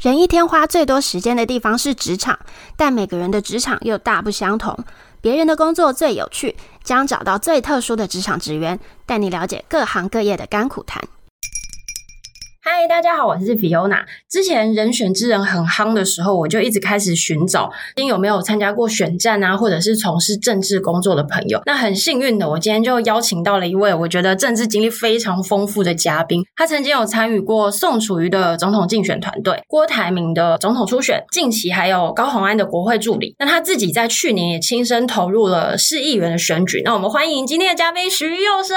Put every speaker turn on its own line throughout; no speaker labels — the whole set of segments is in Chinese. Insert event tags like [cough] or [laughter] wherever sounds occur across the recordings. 人一天花最多时间的地方是职场，但每个人的职场又大不相同。别人的工作最有趣，将找到最特殊的职场职员，带你了解各行各业的甘苦谈。
嗨，大家好，我是 Fiona。之前人选之人很夯的时候，我就一直开始寻找，今有没有参加过选战啊，或者是从事政治工作的朋友。那很幸运的，我今天就邀请到了一位我觉得政治经历非常丰富的嘉宾。他曾经有参与过宋楚瑜的总统竞选团队、郭台铭的总统初选，近期还有高虹安的国会助理。那他自己在去年也亲身投入了市议员的选举。那我们欢迎今天的嘉宾徐佑生。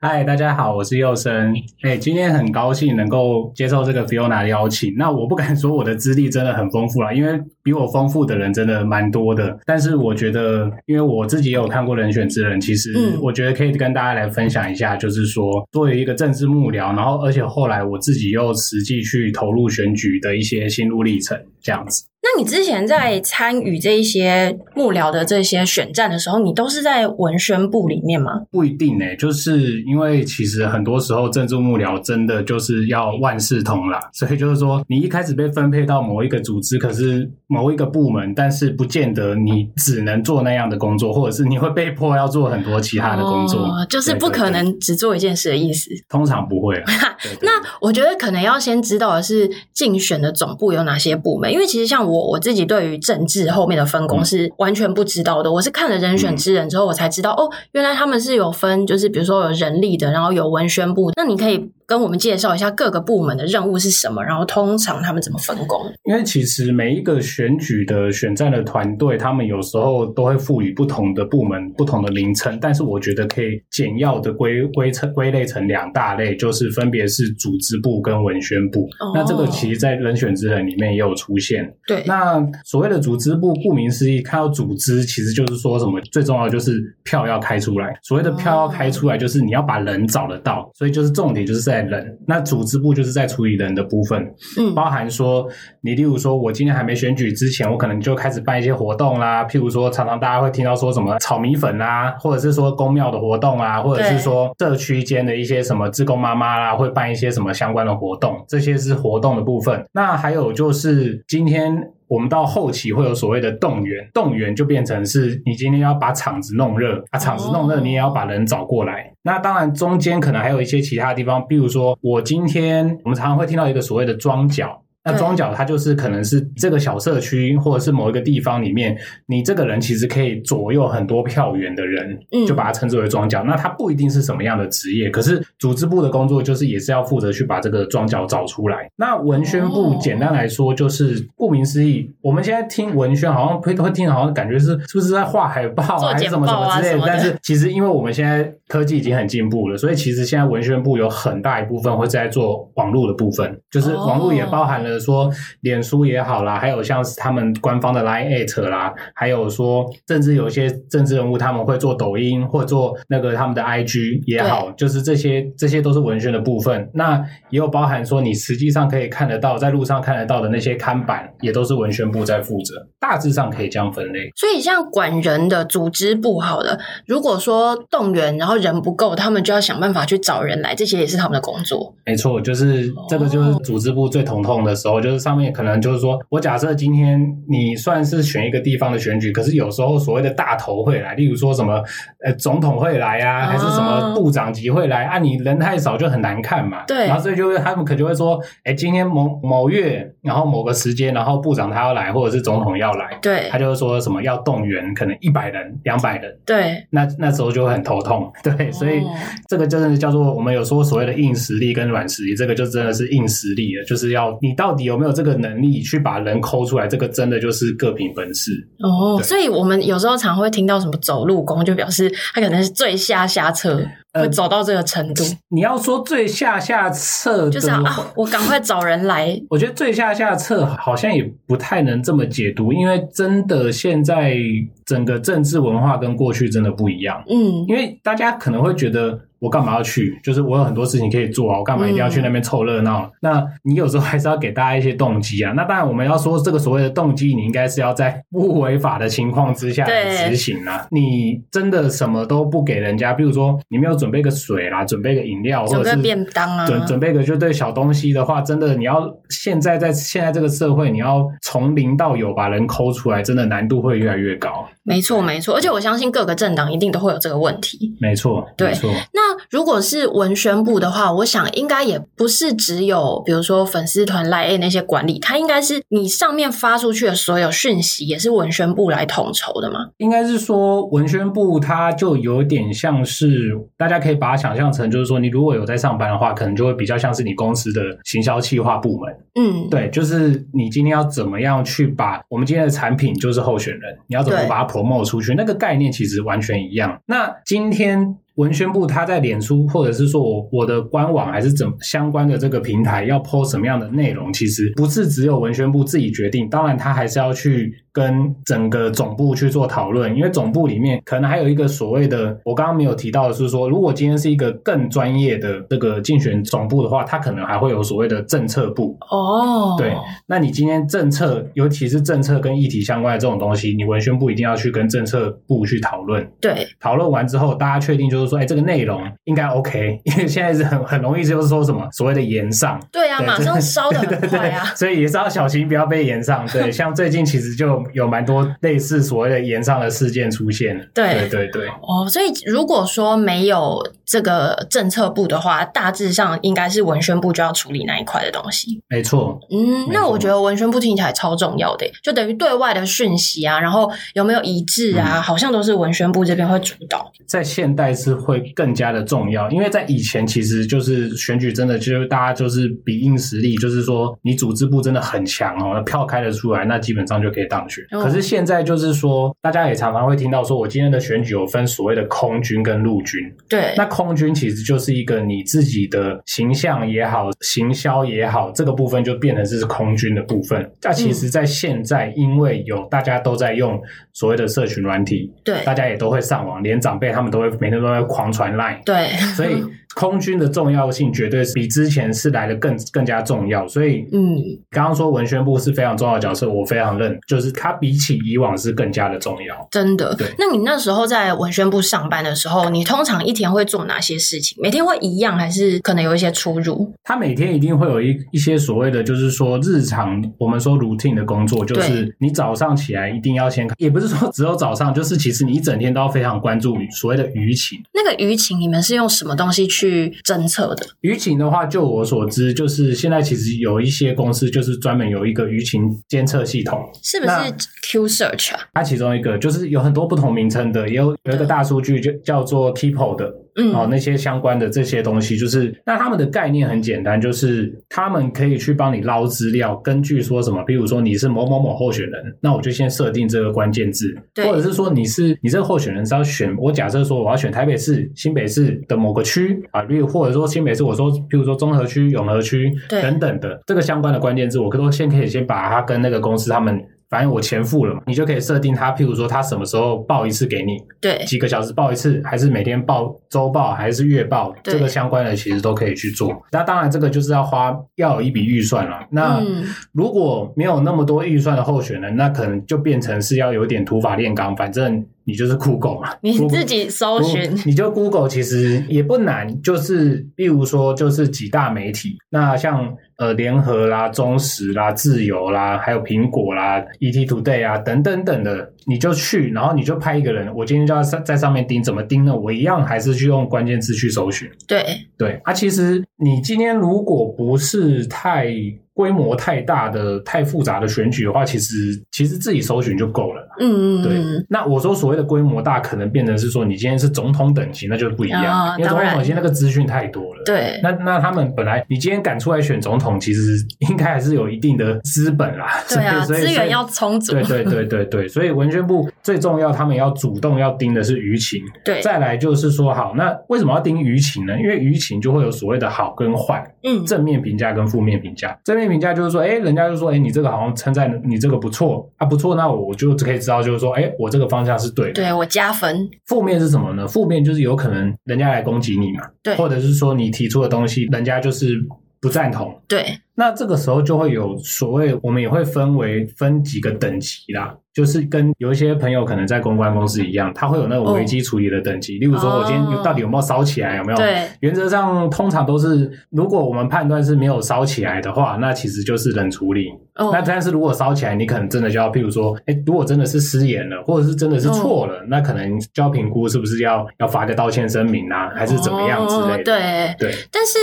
嗨，大家好，我是佑生。哎、今天很高兴能够接受这个 Fiona 的邀请。那我不敢说我的资历真的很丰富啦，因为比我丰富的人真的蛮多的。但是我觉得，因为我自己也有看过《人选之人》，其实
嗯
我觉得可以跟大家来分享一下，就是说作为一个政治幕僚，然后而且后来我自己又实际去投入选举的一些心路历程，这样子。
那你之前在参与这一些幕僚的这些选战的时候，你都是在文宣部里面吗？
不一定诶、就是因为其实很多时候政治幕僚真的就是要万事通啦， [laughs] 所以就是说你一开始被分配到某一个组织，可是某一个部门，但是不见得你只能做那样的工作，或者是你会被迫要做很多其他的工作，
哦、就是
对
不可，
对对
能只做一件事的意思。
通常不会啦。对对对
[laughs] 那我觉得可能要先知道的是竞选的总部有哪些部门，因为其实像我我自己对于政治后面的分工
嗯
是完全不知道的。我是看了《人选之人》之后，我才知道、哦，原来他们是有分，就是比如说有人力的，然后有文宣部。那你可以跟我们介绍一下各个部门的任务是什么，然后通常他们怎么分工？
因为其实每一个选举的选战的团队，他们有时候都会赋予不同的部门不同的名称，但是我觉得可以简要的归归成归类成两大类，就是分别是组织部跟文宣部。
哦
那这个其实在人选之人里面也有出现。
对，
那所谓的组织部，顾名思义，看到组织其实就是说什么，最重要的就是票要开出来。所谓的票要开出来，就是你要把人找得到，所以就是重点就是在人。那组织部就是在处理人的部分。
嗯
包含说，你例如说，我今天还没选举之前，我可能就开始办一些活动啦，譬如说，常常大家会听到说什么炒米粉啦，或者是说公庙的活动啊，或者
对
是说社区间的一些什么志工妈妈啦，会办一些什么相关的活动，这些是活动的部分。那还有就是今天。我们到后期会有所谓的动员，动员就变成是你今天要把场子弄热啊，场子弄热，
哦
你也要把人找过来。那当然，中间可能还有一些其他地方，比如说我今天我们常常会听到一个所谓的庄脚。那
对
庄脚它就是可能是这个小社区或者是某一个地方里面，你这个人其实可以左右很多票源的人，
嗯
就把它称之为庄脚。那它不一定是什么样的职业，可是组织部的工作就是也是要负责去把这个庄脚找出来。那文宣部
哦
简单来说就是顾名思义，我们现在听文宣好像会会听好像感觉是是不是在画海报
做
啊还是
简
什么什
报啊
么之类
什么的
但是其实因为我们现在科技已经很进步了，所以其实现在文宣部有很大一部分会在做网络的部分，就是网络也
哦
包含了说脸书也好啦，还有像是他们官方的 Line at 啦，还有说甚至有一些政治人物他们会做抖音或做那个他们的 IG 也好，就是这些这些都是文宣的部分。那也有包含说你实际上可以看得到，在路上看得到的那些看板，也都是文宣部在负责，大致上可以这样分类。
所以像管人的组织不好了，如果说动员然后人不够，他们就要想办法去找人来，这些也是他们的工作。
没错，就是
哦
这个，就是组织部最头痛的时候，就是上面可能就是说，我假设今天你算是选一个地方的选举，可是有时候所谓的大头会来，例如说什么呃总统会来啊，还是什
啊
么部长级会来啊，你人太少就很难看嘛。
对
然后所以就会他们可能就会说，哎，今天某某月，然后某个时间，然后部长他要来，或者是总统要来，
对
他就会说什么要动员，可能一百人、两百人，
对，
那那时候就会很头痛， [laughs] 对，所以
哦
[laughs] 这个真的叫做我们有说所谓的硬实力跟软实力，这个就真的是硬实力了，就是要你到底有没有这个能力去把人抠出来，这个真的就是各凭本事。
哦，
对
所以我们有时候常会听到什么走路工，就表示他可能是最下下策，
呃
会走到这个程度，
你要说最下下策的，
就是要啊，我赶快找人来。
我觉得最下下策好像也不太能这么解读，因为真的现在整个政治文化跟过去真的不一样。
嗯，
因为大家可能会觉得我干嘛要去？就是我有很多事情可以做啊，我干嘛一定要去那边
嗯
凑热闹？啊那你有时候还是要给大家一些动机啊。那当然，我们要说这个所谓的动机，你应该是要在不违法的情况之下来
对
执行啊。你真的什么都不给人家，比如说你没有准备个水啦，准备个饮料，
准
或者
备
是
便当啊，
准准备个就对小东西的话，真的你要现在在现在这个社会，你要从零到有把人抠出来，真的难度会越来越高。
没错没错。而且我相信各个政党一定都会有这个问题。
没错，
对
没错，
那如果是文宣部的话，我想应该也不是只有比如说粉丝团、来 A 那些管理，它应该是你上面发出去的所有讯息也是文宣部来统筹的嘛？
应该是说文宣部它就有点像是，大家可以把它想象成，就是说你如果有在上班的话，可能就会比较像是你公司的行销企划部门。
嗯，
对，就是你今天要怎么样去把我们今天的产品就是候选人，你要怎么
对
把它 promote 出去，那个概念其实完全一样。那今天。文宣部他在脸书或者是说我我的官网还是怎么相关的这个平台要 PO 什么样的内容，其实不是只有文宣部自己决定，当然他还是要去跟整个总部去做讨论，因为总部里面可能还有一个所谓的我刚刚没有提到的是说，如果今天是一个更专业的这个竞选总部的话，他可能还会有所谓的政策部，
哦，
对，那你今天政策，尤其是政策跟议题相关的这种东西，你文宣部一定要去跟政策部去讨论。
对，
讨论完之后，大家确定就是说，哎，这个内容应该 OK，因 [laughs] 为现在是很很容易就是说什么所谓的延上。
对啊，
对
马上烧的 [laughs] 很快啊。
所以也是要小心，不要被延上。
[laughs]
对，像最近其实就有蛮多类似所谓的延上的事件出现了。
对
对对对，
哦，所以如果说没有这个政策部的话，大致上应该是文宣部就要处理那一块的东西。
没错，
嗯，
没
那我
错
觉得文宣部听起来超重要的耶，就等于对外的讯息啊，然后有没有一致啊，
嗯
好像都是文宣部这边会主导。
在现代是会更加的重要，因为在以前其实就是选举真的就是大家就是比硬实力，就是说你组织部真的很强哦，那票开得出来，那基本上就可以当选。
哦
可是现在就是说，大家也常常会听到说，我今天的选举有分所谓的空军跟陆军，
对
那，空军其实就是一个你自己的形象也好，行销也好，这个部分就变成是空军的部分。那其
嗯
实，在现在因为有大家都在用所谓的社群软体，
对
大，家也都会上网，连长辈他们都会每天都在狂传 Line，
对，
所以空军的重要性绝对是比之前是来的更更加重要。所以
嗯，
刚刚说文宣部是非常重要的角色，我非常认，就是它比起以往是更加的重要。
真的
对。
那你那时候在文宣部上班的时候，你通常一天会做哪些事情？每天会一样，还是可能有一些出入？
他每天一定会有一一些所谓的，就是说日常我们说 routine 的工作，就是你早上起来一定要先看，也不是说只有早上，就是其实你一整天都要非常关注所谓的舆情。
那个舆情，你们是用什么东西去侦测的？
舆情的话，就我所知，就是现在其实有一些公司就是专门有一个舆情监测系统，
是不
那
是 Q Search 啊？
它其中一个就是有很多不同名称的，也有有一个大数据就叫做 Tipo 的，
嗯，
哦，那些相关的这些东西，就是那他们的概念很简单，就是他们可以去帮你捞资料，根据说什么，比如说你是某某某候选人，那我就先设定这个关键字，
对
或者是说你是你这个候选人是要选，我假设说我要选台北市、新北市的某个区啊，例如或者说新北市，我说譬如说中和区、永和区
对
等等的这个相关的关键字，我都先可以先把它跟那个公司他们。反正我钱付了嘛，你就可以设定它，譬如说它什么时候报一次给你，
对，
几个小时报一次，还是每天报周报，还是月报，
对
这个相关的其实都可以去做。那当然，这个就是要花要有一笔预算了。那
嗯
如果没有那么多预算的候选人，那可能就变成是要有点土法炼钢，反正你就是酷狗嘛，
你
Google-
自己搜寻
Google- 你就 Google 其实也不难，就是例如说就是几大媒体，那像呃联合啦、中时啦、自由啦，还有苹果啦、ET Today 啊等等等的，你就去，然后你就派一个人，我今天就要在在上面盯，怎么盯呢？我一样还是去用关键字去搜寻。
对，
对啊，其实你今天如果不是太规模太大的、太复杂的选举的话，其实其实自己搜寻就够了。
嗯
对
嗯，
那我说所谓的规模大，可能变成是说你今天是总统等级，那就不一样，
啊
因为
当
总统
然
等级那个资讯太多了。。
对，
那那他们本来你今天敢出来选总统，其实应该还是有一定的资本啦。
对啊，
所以所以
资
所
源
以
要充足，
对对对对对，所以文宣部最重要，他们要主动要盯的是舆情。
对
再来就是说，好，那为什么要盯舆情呢？因为舆情就会有所谓的好跟坏，
嗯，
正面评价跟负面评价。正面面评价就是说，哎、人家就说，哎、你这个好像称赞你这个不错啊，不错，那我就可以知道，就是说，哎、我这个方向是对的。
对我加分，
负面是什么呢？负面就是有可能人家来攻击你嘛，
对
或者是说你提出的东西，人家就是不赞同。
对
那这个时候就会有所谓，我们也会分为分几个等级啦，就是跟有一些朋友可能在公关公司一样，他会有那种危机处理的等级。例如说，我今天
哦
到底有没有烧起来，有没有？
对
原则上通常都是，如果我们判断是没有烧起来的话，那其实就是冷处理。
哦
那但是如果烧起来，你可能真的就要，譬如说，哎、如果真的是失言了，或者是真的是错
哦
了，那可能就要评估是不是要要发个道歉声明啊，还是怎么样之类
哦
的。
对，
对。
但是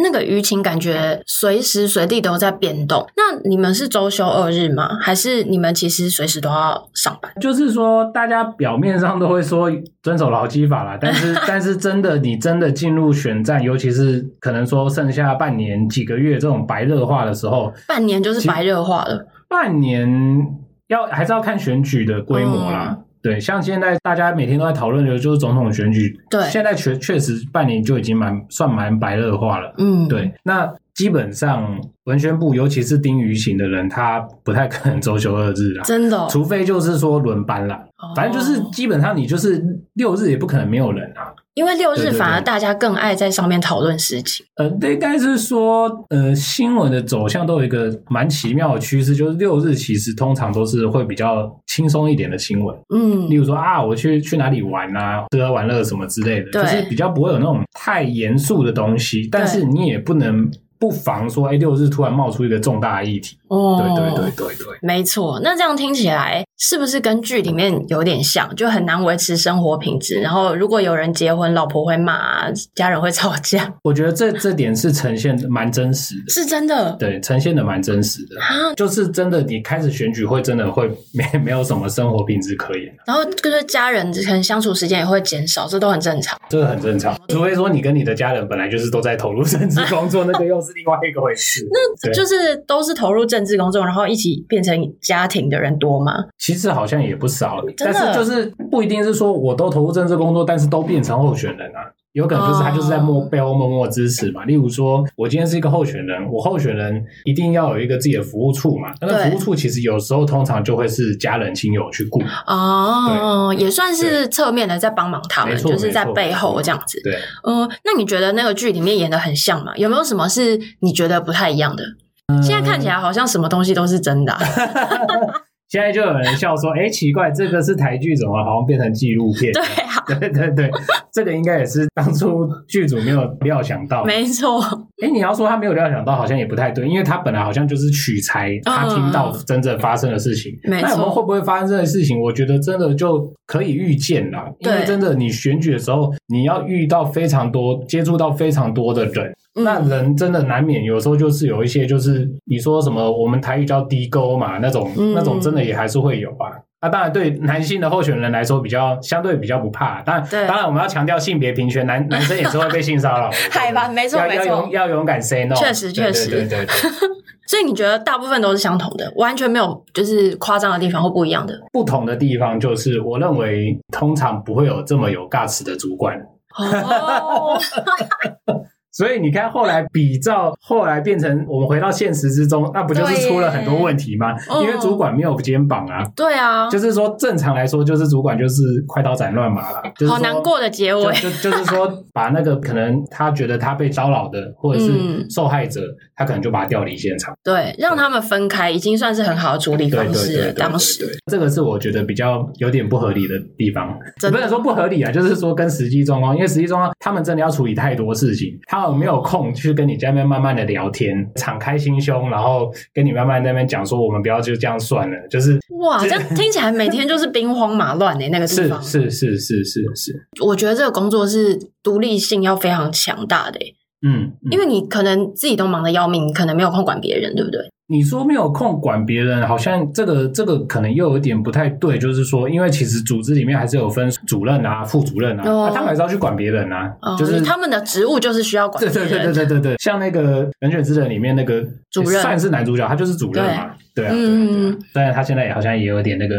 那个舆情感觉随时随地都在变动。那你们是周休二日吗？还是你们其实随时都要上班？
就是说，大家表面上都会说遵守劳基法啦，
[laughs]
但是但是真的，你真的进入选战，尤其是可能说剩下半年、几个月这种白热化的时候，
半年就是白热化了。
半年要还是要看选举的规模啦。
嗯
对，像现在大家每天都在讨论的就是总统选举，
对
现在确确实半年就已经蛮算蛮白热化了。
嗯，，
对，那基本上文宣部，尤其是丁于行的人，他不太可能周休二日啦，
真的哦、
除非就是说轮班啦。
哦
反正就是基本上你就是六日也不可能没有人啊。
因为六日
对对
反而
对
大家更爱在上面讨论事情。
呃，这应该是说，呃，新闻的走向都有一个蛮奇妙的趋势，就是六日其实通常都是会比较轻松一点的新闻，
嗯
例，如说啊，我去去哪里玩啊，吃喝玩乐什么之类的，
对
就是比较不会有那种太严肃的东西，但是你也不能不防说，哎，六日突然冒出一个重大的议题，
哦
对对对对对。
没错，那这样听起来是不是跟剧里面有点像？就很难维持生活品质。然后，如果有人结婚，老婆会骂啊，家人会吵架， [laughs]
我觉得这这点是呈现得蛮真实的，
是真的
对，呈现的蛮真实的。
啊。
就是真的，你开始选举会真的会没没有什么生活品质可言，
然后就是家人可能相处时间也会减少，这都很正常。
这个很正常。除非说你跟你的家人本来就是都在投入政治工作，那个又是另外一个
[laughs]
回事。对
就是都是投入政治工作，然后一起变成家庭的人多吗？
其实好像也不少，
真的
但是就是不一定是说我都投入政治工作，但是都变成候选人啊。有可能就是他就是在默
哦
背后默默支持嘛。例如说，我今天是一个候选人，我候选人一定要有一个自己的服务处嘛。那个
对
服务处其实有时候通常就会是家人亲友去
嗯
顾，
哦，也算是侧面的在帮忙他们，
没错
就是在
没错
背后这样子。
对。
嗯，那你觉得那个剧里面演的很像吗？有没有什么是你觉得不太一样的？现在看起来好像什么东西都是真的啊、
嗯现在就有人笑说：“哎、奇怪，这个是台剧，怎么好像变成纪录片？”
对啊，
[laughs] 对对对，这个应该也是当初剧组没有料想到。哎、
没错，嗯
你要说他没有料想到，好像也不太对，因为他本来好像就是取材他听到真正发生的事情。
嗯没
那我们
错
会不会发生这个事情？我觉得真的就可以预见啦，因为
对
真的你选举的时候，你要遇到非常多、接触到非常多的人，那
嗯，
人真的难免有时候就是有一些，就是你说什么我们台语叫低沟嘛，那种、
嗯
那种真的也还是会有啊。那当然，对男性的候选人来说，比较相对比较不怕。当然，
对
当然我们要强调性别平权，男 [laughs] 男生也是会被性
[laughs]
骚扰的。
害怕没错
要
没错
要勇要勇敢 say no。
确实
对
确
对
实
对对对，
所以你觉得大部分都是相同的，完全没有就是夸张的地方或不一样
[laughs]
的
不同的地方就是，我认为通常不会有这么有 guts 的主管。
哦。
所以你看，后来比照后来变成我们回到现实之中，那不就是出了很多问题吗？
对耶
因为主管没有肩膀啊。
对啊，
就是说，正常来说，就是主管就是快刀斩乱麻了，
[laughs]
就是
好难
说
过的结
就
尾。
就 [laughs] 就是说，把那个可能他觉得他被骚扰的，或者
嗯
是受害者，他可能就把他调离现场。
对，让他们分开已经算是很好的处理
对
方
对对
式
对
了。
对，
当
对
时
这个是我觉得比较有点不合理的地方，
真
不能
的
说不合理啊，就是说跟实际状况，因为实际状况他们真的要处理太多事情，他有没有空去跟你在那边慢慢的聊天，敞开心胸，然后跟你慢慢在那边讲说，我们不要就这样算了，就是
哇，这样听起来每天就是兵荒马乱的、那个地
是
方。
是是是是是，
我觉得这个工作是独立性要非常强大的、欸
嗯，嗯
因为你可能自己都忙得要命，你可能没有空管别人，对不对？
你说没有空管别人，好像这个这个可能又有点不太对，就是说，因为其实组织里面还是有分主任啊、副主任啊，
哦
啊他们还是要去管别人啊，
哦、
就是 [laughs]
他们的职务就是需要管
对
别
对
人。
对对对对对，像那个《人选之人》里面那个
主任
算是男主角，他就是主任嘛，对啊，对啊对啊
嗯，
虽然他现在也好像也有点
[laughs]
那个，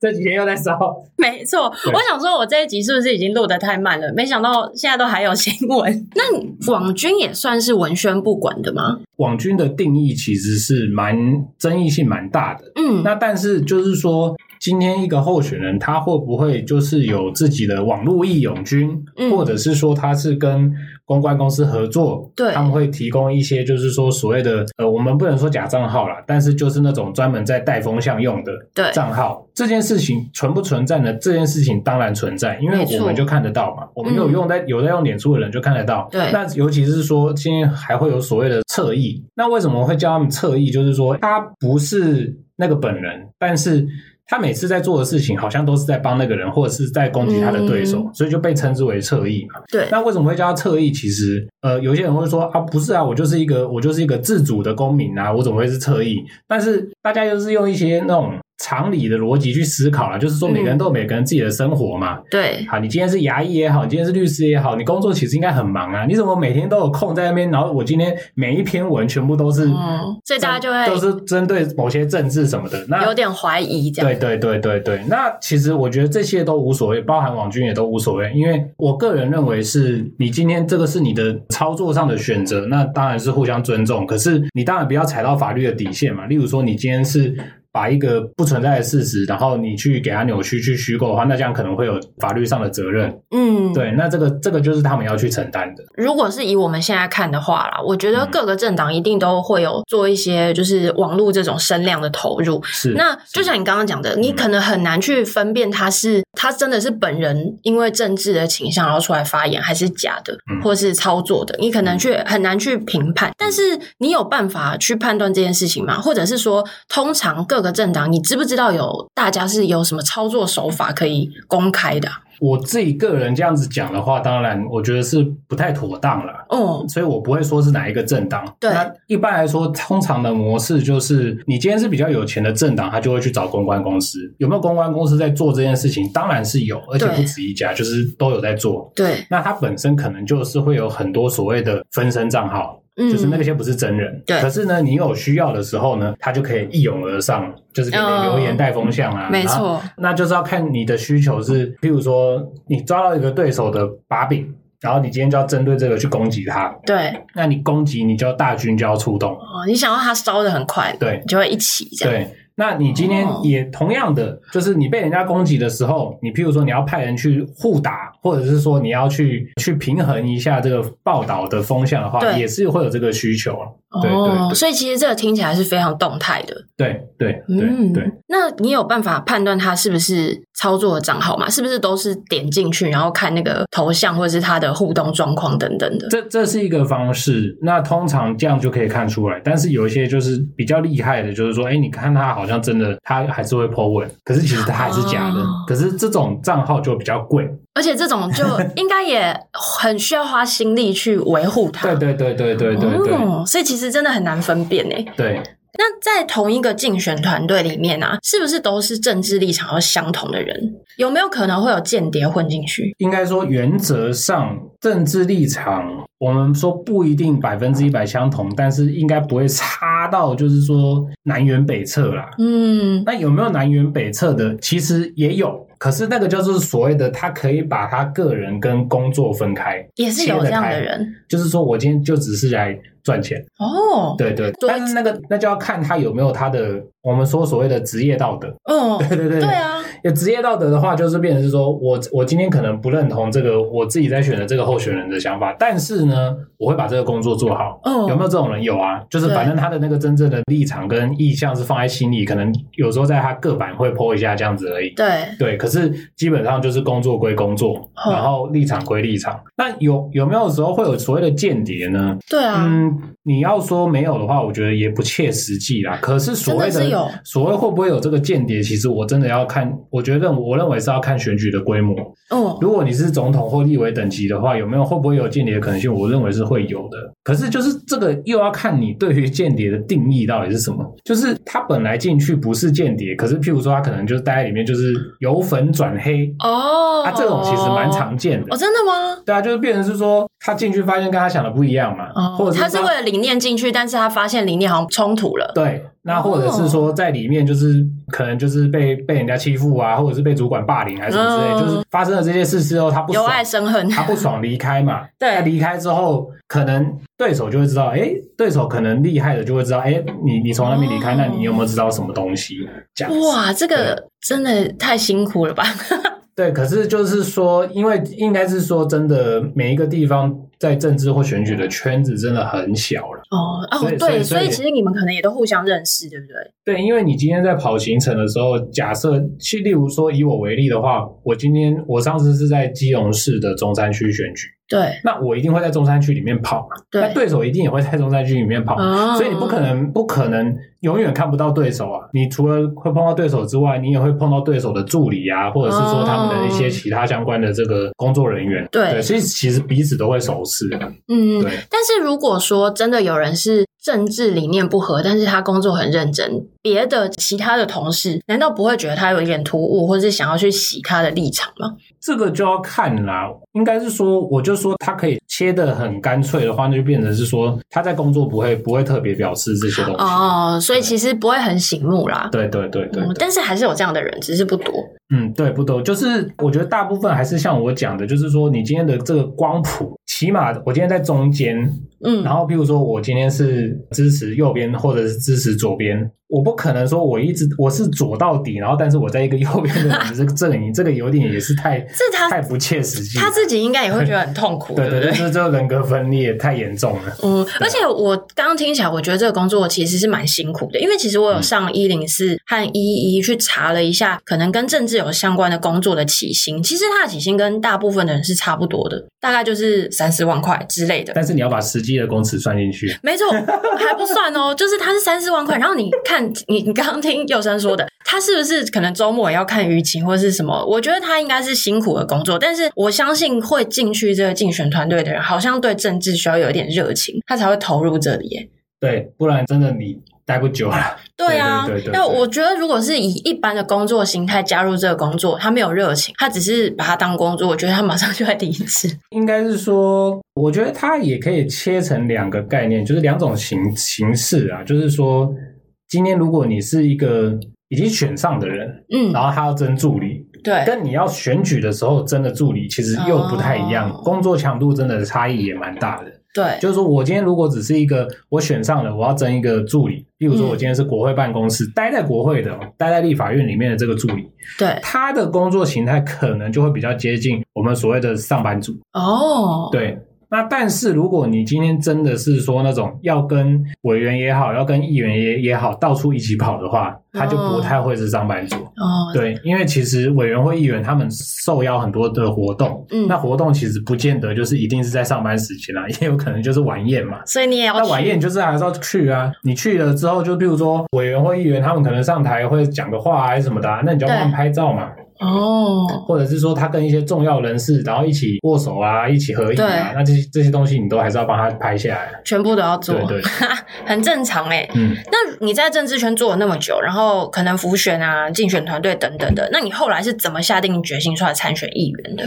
这几天又在烧，
没错。
对
我想说，我这一集是不是已经录得太慢了？没想到现在都还有新闻。 [laughs] 那网军也算是文宣部管的吗？
网军的定义其实是蛮争议性蛮大的。
嗯，
那但是就是说，今天一个候选人他会不会就是有自己的网络义勇军，
嗯
或者是说他是跟公关公司合作，
对
他们会提供一些就是说所谓的呃，我们不能说假账号啦，但是就是那种专门在带风向用的
对，
账号。这件事情存不存在呢？这件事情当然存在，因为
没错嗯
我们就看得到嘛，我们有用在、有在用脸书的人就看得到。
对
那尤其是说今天还会有所谓的侧翼，那为什么会叫他们侧翼？就是说他不是那个本人，但是。他每次在做的事情，好像都是在帮那个人，或者是在攻击他的对手，
嗯
所以就被称之为侧翼嘛。
对，
那为什么会叫他侧翼？其实，呃，有些人会说啊，不是啊，我就是一个我就是一个自主的公民啊，我怎么会是侧翼？但是大家又是用一些那种常理的逻辑去思考啦，就是说每个人都有每个人自己的生活嘛。
对，
好，你今天是牙医也好，你今天是律师也好，你工作其实应该很忙啊，你怎么每天都有空在那边？然后我今天每一篇文全部都是，
嗯，所以大家就
都
会
是针对某些政治什么的。那
有点怀疑这样。
对对对对对，那其实我觉得这些都无所谓，包含网军也都无所谓，因为我个人认为是你今天这个是你的操作上的选择，那当然是互相尊重。可是你当然不要踩到法律的底线嘛，例如说你今天是。把一个不存在的事实，然后你去给它扭曲、去虚构的话，那这样可能会有法律上的责任。
嗯，
对，那这个这个就是他们要去承担的。
如果是以我们现在看的话啦，我觉
嗯
得各个政党一定都会有做一些就是网络这种声量的投入。
是，
那就像你刚刚讲的，你可能很难去分辨他是他真的是本人因为政治的倾向然后出来发言，还是假的，
嗯
或是操作的，你可能去很难去评判。但是你有办法去判断这件事情吗？或者是说，通常各个政党，你知不知道有大家是有什么操作手法可以公开的啊、
我自己个人这样子讲的话，当然我觉得是不太妥当了。
哦，
所以我不会说是哪一个政党。
对
那一般来说，通常的模式就是，你今天是比较有钱的政党，他就会去找公关公司。有没有公关公司在做这件事情？当然是有，而且
对
不止一家，就是都有在做。
对，
那它本身可能就是会有很多所谓的分身账号，
嗯，
就是那些不是真人。
对
可是呢，你有需要的时候呢，他就可以一涌而上，就是给你留言带风向啊。
哦没
然后
错，
那就是要看你的需求是，譬如说你抓到一个对手的把柄，然后你今天就要针对这个去攻击他。
对。
那你攻击你就要大军就要出动，
哦，你想要它烧的很快，
对
你就会一起这样。
对。那你今天
哦
也同样的，就是你被人家攻击的时候，你譬如说你要派人去互打，或者是说你要去去平衡一下这个报道的风向的话，
对
也是会有这个需求啊。对
哦，
对
所以其实这个听起来是非常动态的。
对对对
嗯，
对，
那你有办法判断它是不是操作的账号吗？是不是都是点进去，然后看那个头像或者是它的互动状况等等的？
这这是一个方式。那通常这样就可以看出来，但是有一些就是比较厉害的，就是说，哎，你看他好像真的，他还是会 po 文，可是其实他还是假的。
哦
可是这种账号就比较贵，
而且这
[laughs]
种就应该也很需要花心力去维护它。
对对对对对对对
哦，所以其实真的很难分辨诶。
对。
那在同一个竞选团队里面啊，是不是都是政治立场要相同的人？有没有可能会有间谍混进去？
应该说，原则上政治立场，我们说不一定百分之一百相同，但是应该不会差到就是说南辕北辙啦。
嗯，
那有没有南辕北辙的？其实也有，可是那个就是所谓的，他可以把他个人跟工作分开，
也是有
切
这
得
样的
开，
人
就是说我今天就只是来赚钱，
哦。
对对。
对
但是那个那就要看他有没有他的我们说所谓的职业道德，
哦，
对 [laughs] 对对
对啊，
有职业道德的话，就是变成是说我我今天可能不认同这个我自己在选的这个候选人的想法，但是呢，我会把这个工作做好。
哦，
有没有这种人？有啊，就是
对
反正他的那个真正的立场跟意向是放在心里，可能有时候在他个版会剖一下这样子而已。
对，
对，可是基本上就是工作归工作，
哦
然后立场归立场。那有有没有时候会有所谓的间谍呢？
对啊，
嗯，你要说没有的话，我觉得也不切实际啦。可是所谓
真的是有
所谓会不会有这个间谍，其实我真的要看，我觉得我认为是要看选举的规模。
哦，
如果你是总统或立委等级的话，有没有会不会有间谍的可能性？我认为是会有的。可是就是这个又要看你对于间谍的定义到底是什么。就是他本来进去不是间谍，可是譬如说他可能就是待在里面就是由粉转黑，
哦，
啊，这种其实蛮常见的
哦，。真的吗？
对啊，就是变成是说，他进去发现跟他想的不一样嘛，或者是
哦他是
他
为了理念进去，但是他发现理念好像冲突了。
对，那或者是
哦
说在里面就是、可能就是被被人家欺负啊，或者是被主管霸凌啊还是什么之类，
嗯
就是发生了这些事之后，他不
由
爽，
爱生恨，
他不爽离开嘛。
对
那离开之后，可能对手就会知道，哎，对手可能厉害的就会知道，哎，你你从那边离开，
哦
那你有没有知道什么东西？这样子
哇，这个真的太辛苦了吧？ [laughs]
对，可是就是说，因为应该是说，真的每一个地方在政治或选举的圈子真的很小了。
哦哦
所，以所以
对，
所
所
以
以其实你们可能也都互相认识，对不对？
对，因为你今天在跑行程的时候，假设去，例如说以我为例的话，我今天我上次是在基隆市的中山区选举，
对
那我一定会在中山区里面跑嘛，那
对，
对手一定也会在中山区里面跑，
哦
所以你不可能不可能永远看不到对手啊！你除了会碰到对手之外，你也会碰到对手的助理啊，或者是说他们的一些其他相关的这个工作人员。
嗯对
所以其实彼此都会熟识。
嗯
对，
但是如果说真的有人是政治理念不合，但是他工作很认真，别的其他的同事难道不会觉得他有一点突兀，或是想要去洗他的立场吗？
这个就要看啦，应该是说，我就说他可以切的很干脆的话，那就变成是说他在工作不会不会特别表示这些东西。
哦，所以其实不会很醒目啦。
对对对对
嗯，但是还是有这样的人，只是不多。
嗯，对，不多，就是我觉得大部分还是像我讲的，就是说你今天的这个光谱，起码我今天在中间，
嗯，
然后，譬如说，我今天是支持右边，或者是支持左边，我不可能说我一直我是左到底，然后但是我在一个右边的人的这个阵营，这个有点也是太
这 [laughs] 他
太不切实际了。
他自己应该也会觉得很痛
[laughs]
苦，
对
不
对对，这这人格分裂太严重了。
嗯，而且我刚刚听起来，我觉得这个工作其实是蛮辛苦的，因为其实我有
嗯
上一零四和一一去查了一下，可能跟政治有相关的工作的起薪，其实他的起薪跟大部分的人是差不多的，大概就是三四万块之类的。
但是你要把实际的工时算进去，
没
[laughs]
错，还不算哦，就是他是三四万块，然后你看你你刚刚听佑生说的，他是不是可能周末也要看舆情或是什么？我觉得他应该是辛苦的工作，但是我相信会进去这个竞选团队的人，好像对政治需要有一点热情，他才会投入这里耶。
对，不然真的你待不久了。
对啊
对对对对，
那
对
我觉得如果是以一般的工作形态加入这个工作，他没有热情，他只是把它当工作，我觉得他马上就会离
[laughs]
职。
应该是说，我觉得它也可以切成两个概念，就是两种形形式啊。就是说，今天如果你是一个已经选上的人，
嗯，
然后他要争助理，
对，
跟你要选举的时候真的助理其实又不太一样，
哦
工作强度真的差异也蛮大的。
对，
就是说我今天如果只是一个我选上了，我要争一个助理，例如说
嗯
我今天是国会办公室、待在国会的哦，待在立法院里面的这个助理，
对，
他的工作形态可能就会比较接近我们所谓的上班族。
哦，
对。那但是如果你今天真的是说那种要跟委员也好，要跟议员也也好，到处一起跑的话，他就不太会是上班族。
哦，
对，因为其实委员会议员他们受邀很多的活动，
嗯
那活动其实不见得就是一定是在上班时间啦、啊也有可能就是晚宴嘛。
所以你也要
那晚
去
宴就是还是要去啊，你去了之后，就比如说委员会议员他们可能上台会讲个话啊还是什么的啊、那你就要帮他们
对
拍照嘛，
哦，
或者是说他跟一些重要人士然后一起握手啊，一起合影啊
对，
那这些这些东西你都还是要帮他拍下来。
全部都要做，
对对
[laughs] 很正常哎、
嗯，
那你在政治圈做了那么久，然后可能浮选啊、竞选团队等等的，那你后来是怎么下定决心出来参选议员的？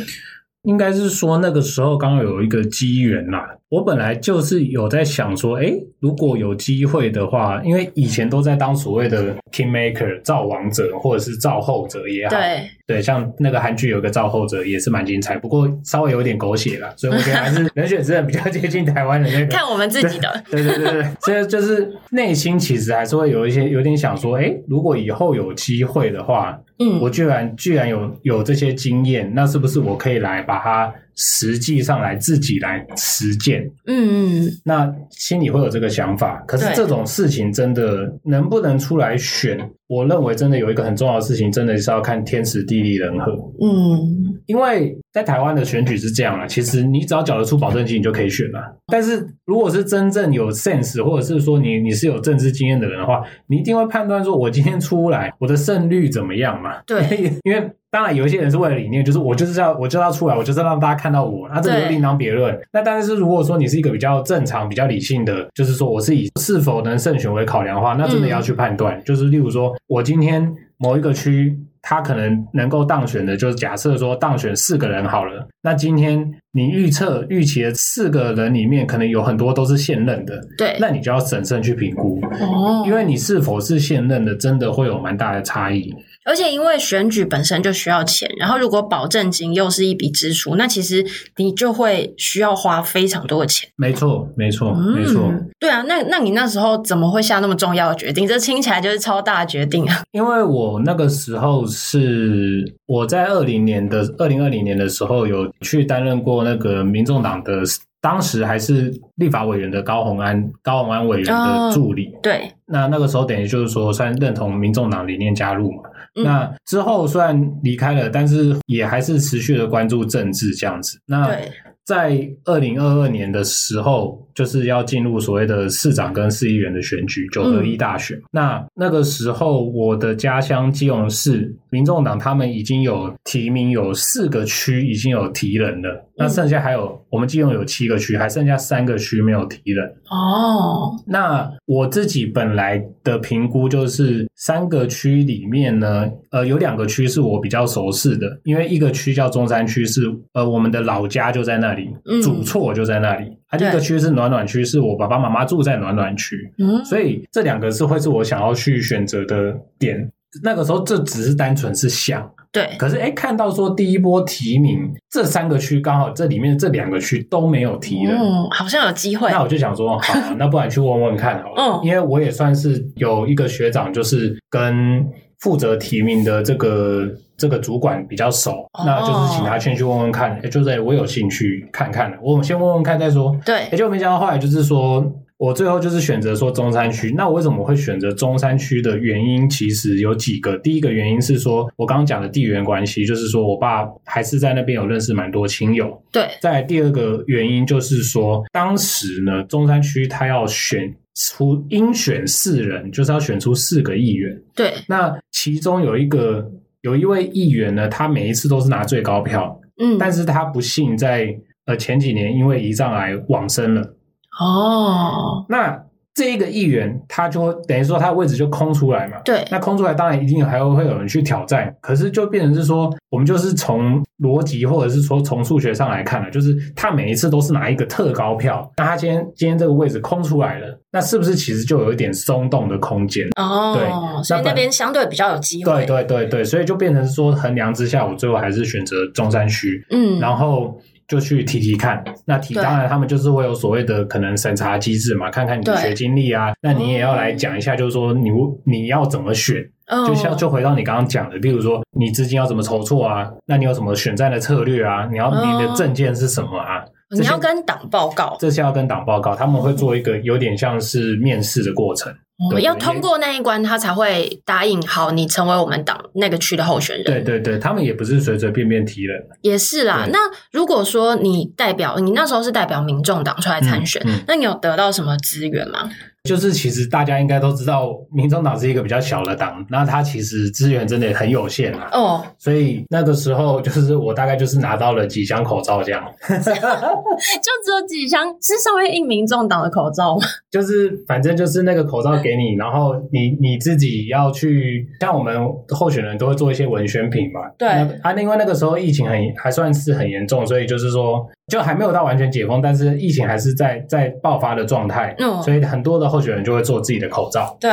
应该是说那个时候刚好有一个机缘啦。我本来就是有在想说，哎，如果有机会的话，因为以前都在当所谓的 king maker 造王者或者是造后者也好，
对，
对，啊像那个韩剧有一个造后者也是蛮精彩，不过稍微有点狗血啦，所以我觉得还
[laughs]
是人选之人比较接近台湾的那个。
看我们自己的，
对对对对，所以就是内心其实还是会有一些有点想说，哎，如果以后有机会的话，
嗯，
我居然居然有有这些经验，那是不是我可以来把它实际上来自己来实践？
嗯嗯，
那心里会有这个想法，可是
对
这种事情真的能不能出来选？我认为真的有一个很重要的事情，真的是要看天时地利人和。
嗯，
因为在台湾的选举是这样啦，啊其实你只要缴得出保证金，你就可以选啦。但是如果是真正有 sense，或者是说你你是有政治经验的人的话，你一定会判断说，我今天出来，我的胜率怎么样嘛？
对
因为，因为当然有一些人是为了理念，就是我就是要我就是要出来，我就是要让大家看到我，那这个就
对
另当别论。那但是如果说你是一个比较正常、比较理性的，就是说我是以是否能胜选为考量的话，那真的
嗯
要去判断。就是例如说，我今天某一个区。他可能能够当选的，就是假设说当选四个人好了，那今天你预测预期的四个人里面，可能有很多都是现任的，
对，
那你就要审慎去评估，
哦
因为你是否是现任的，真的会有蛮大的差异。
而且因为选举本身就需要钱，然后如果保证金又是一笔支出，那其实你就会需要花非常多的钱。
没错，没错，哦没错。
嗯，对啊，那那你那时候怎么会下那么重要的决定？这听起来就是超大的决定啊！
因为我那个时候是我在二零年的二零二零年的时候有去担任过那个民众党的，当时还是立法委员的高鸿安高鸿安委员
哦
的助理。
对，
那那个时候等于就是说，算认同民众党理念加入嘛。
嗯
那之后虽然离开了，但是也还是持续的关注政治这样子。那
对，
在二零二二年的时候，就是要进入所谓的市长跟市议员的选举，九合一大选。那那个时候，我的家乡基隆市民众党他们已经有提名，有四个区已经有提人了，那剩下还有我们基隆有七个区，还剩下三个区没有提人。
哦，
那我自己本来的评估就是三个区里面呢，呃，有两个区是我比较熟识的，因为一个区叫中山区是，呃我们的老家就在那里，
嗯
祖厝就在那里，啊，另一个
对
区是暖暖区，是我爸爸妈妈住在暖暖区，
嗯，
所以这两个是会是我想要去选择的点。那个时候，这只是单纯是想，
对，
可是哎，诶看到说第一波提名这三个区，刚好这里面这两个区都没有提人，
嗯，好像有机会
那我就想说，好、那不然去问问看好了。
嗯
因为我也算是有一个学长，就是跟负责提名的这个这个主管比较熟，
哦
那就是请他先去问问看，诶就是诶我有兴趣看看的，我先问问看再说。也
对，
就没想到后来就是说。我最后就是选择说中山区，那我为什么会选择中山区的原因，其实有几个。第一个原因是说，我刚刚讲的地缘关系，就是说我爸还是在那边有认识蛮多亲友，
对，
再来第二个原因就是说，当时呢，中山区他要选出呃应选四人，就是要选出四个议员。
对，
那其中有一个有一位议员呢，他每一次都是拿最高票，
嗯，
但是他不幸在呃前几年因为胰脏癌往生了。
哦，
那这一个议员，他就会等于说他的位置就空出来嘛。
对，
那空出来当然一定还会有人去挑战，可是就变成是说，我们就是从逻辑或者是说从数学上来看了，就是他每一次都是拿一个特高票，那他今天今天这个位置空出来了，那是不是其实就有一点松动的空间？
哦，
对
所以那
那本
边相对比较有机
对
会，
对对对，所以就变成是说衡量之下，我最后还是选择中山区，
嗯，
然后。就去提提看，那提
对
当然他们就是会有所谓的可能审查机制嘛，看看你的
对
学经历啊，那你也要来讲一下，就是说你你要怎么选，
嗯
就像就回到你刚刚讲的，例如说你资金要怎么筹措啊？那你有什么选战的策略啊？你要你
嗯
的证件是什么啊？
你要跟党报告，
这些要跟党报告，他们会做一个有点像是面试的过程。
哦
对
要
因为
通过那一关，他才会答应好你成为我们党那个区的候选人。
对对对，他们也不是随随便便提人。
也是啦。
对
那如果说你代表你那时候是代表民众党出来参选，
嗯嗯
那你有得到什么资源吗？
就是其实大家应该都知道，民众党是一个比较小的党，那它其实资源真的很有限啊。
哦，
所以那个时候，就是我大概就是拿到了几箱口罩这样。 [laughs]
就只有几箱，是上面印民众党的口罩吗？
就是反正就是那个口罩
[laughs]
给你，然后你你自己要去，像我们候选人都会做一些文宣品嘛。
对
那啊，另外那个时候疫情很还算是很严重，所以就是说就还没有到完全解封，但是疫情还是在在爆发的状态。
嗯
所以很多的候选人就会做自己的口罩，
对，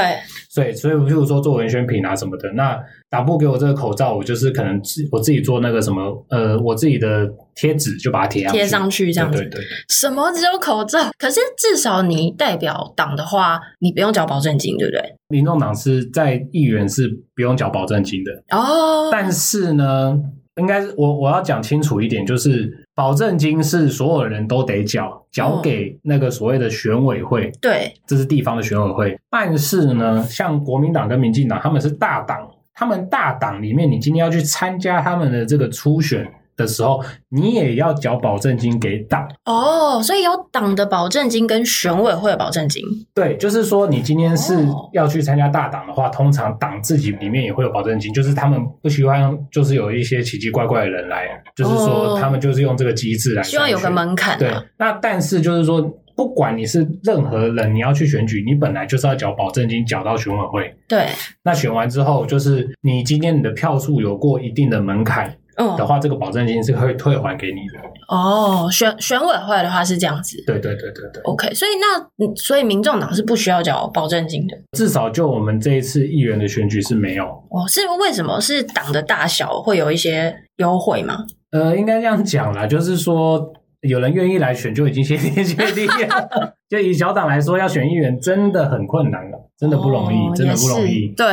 所以所以譬如说做文宣品啊什么的，那打部给我这个口罩，我就是可能自我自己做那个什么呃，我自己的贴纸就把它贴上去，
贴上去这样子。
对对对。
什么只有口罩？可是至少你代表党的话，你不用缴保证金，对不对？
民众党是在议员是不用缴保证金的，
哦，
[laughs] 但是呢，应该是我我要讲清楚一点，就是保证金是所有人都得缴，缴给那个所谓的选委会，
对
这是地方的选委会。但是呢，像国民党跟民进党，他们是大党，他们大党里面，你今天要去参加他们的这个初选的时候，你也要缴保证金给党。
哦，所以有党的保证金跟选委会的保证金。
对，就是说你今天是
嗯哦
要去参加大党的话，通常党自己里面也会有保证金，就是他们不希望就是有一些奇奇怪怪的人来，就是说
哦
他们就是用这个机制来筛选，
希望有个门槛、啊，
对，那但是就是说，不管你是任何人，你要去选举，你本来就是要缴保证金，缴到选委会。
对，
那选完之后，就是你今天你的票数有过一定的门槛
嗯
的，话，这个保证金是会退还给你的。
哦，选选委会的话是这样子。
对对对对对，
OK，所以那嗯所以民众党是不需要缴保证金的
至少就我们这一次议员的选举是没有。
哦，是为什么？是党的大小会有一些优惠吗？
呃，应该这样讲啦，就是说有人愿意来选就已经谢天谢地
[laughs]
了。就以小党来说，要选议员真的很困难了，真的不容易，
哦
真的不容
也
易
是。对，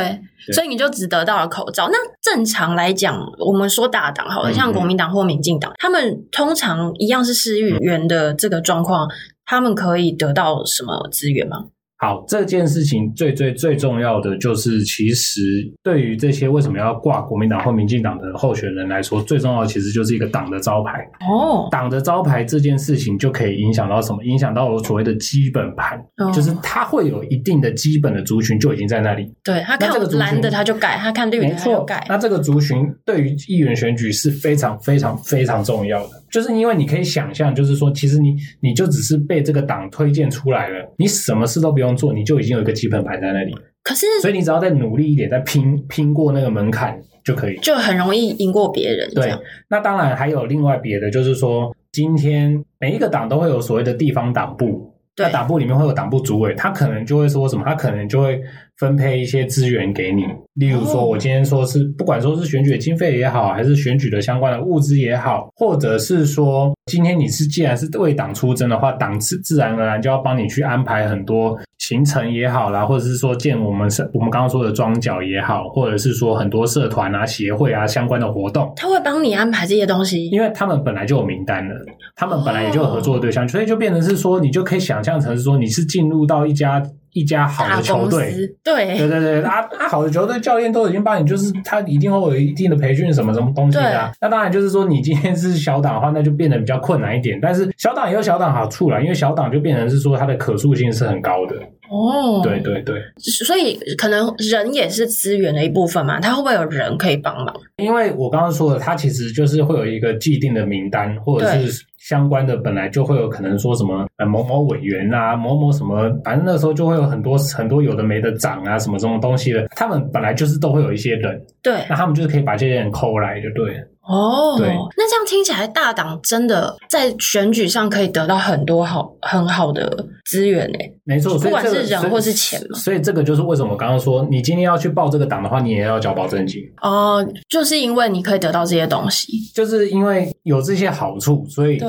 对
所以你就只得到了口罩。那正常来讲，我们说大党好了，
嗯
像国民党或民进党，他们通常一样是市议员的这个状况，他们可以得到什么资源吗？
好，这件事情最最最重要的就是，其实对于这些为什么要挂国民党或民进党的候选人来说，最重要的其实就是一个党的招牌。
哦，
党的招牌这件事情就可以影响到什么？影响到我所谓的基本盘，
哦
就是它会有一定的基本的族群就已经在那里。
对他
那这个族
看
群
蓝的他就改，他看绿
没
的他就
错
改，。
那这个族群对于议员选举是非常非常非常重要的，就是因为你可以想象，就是说，其实你你就只是被这个党推荐出来了，你什么事都不用做，你就已经有一个基本盘在那里。
可是
所以你只要再努力一点，再拼拼过那个门槛就可以。
就很容易赢过别人。这
对
样，
那当然还有另外别的，就是说，今天每一个党都会有所谓的地方党部，那
对
党部里面会有党部主委，他可能就会说什么，他可能就会分配一些资源给你，例如
哦
说，我今天说是不管说是选举的经费也好，还是选举的相关的物资也好，或者是说今天你是既然是为党出征的话，党自自然而然就要帮你去安排很多行程也好啦，或者是说建我们是我们刚刚说的庄脚也好，或者是说很多社团啊、协会啊相关的活动，
他会帮你安排这些东西。
因为他们本来就有名单了，他们本来也就有合作的对
哦
象，所以就变成是说，你就可以想象成是说，你是进入到一家一家好
大
的球
公
队。
司，对
对对对，啊啊，好的球队教练都已经帮你，就是他一定会有一定的培训什么什么东西的啊、那当然就是说，你今天是小党的话，那就变得比较困难一点。但是小党也有小党好处啦，因为小党就变成是说它的可塑性是很高的。
哦，
对，对对。
所以可能人也是资源的一部分嘛，他会不会有人可以帮忙？
因为我刚刚说的，它其实就是会有一个既定的名单，或者
对
是相关的，本来就会有可能说什么呃某某委员啊，某某什么，反正那时候就会有很多很多有的没的长啊，什么什么东西的，他们本来就是都会有一些人，
对，
那他们就是可以把这些人抠来就对了。
哦，
对
那这样听起来，大党真的在选举上可以得到很多好很好的资源欸诶。
没错，所
不
以
管
这个
是人
所以
或是钱嘛
所以这个就是为什么我刚刚说，你今天要去报这个党的话，你也要交保证金，
哦，就是因为你可以得到这些东西。
就是因为有这些好处，所以
对，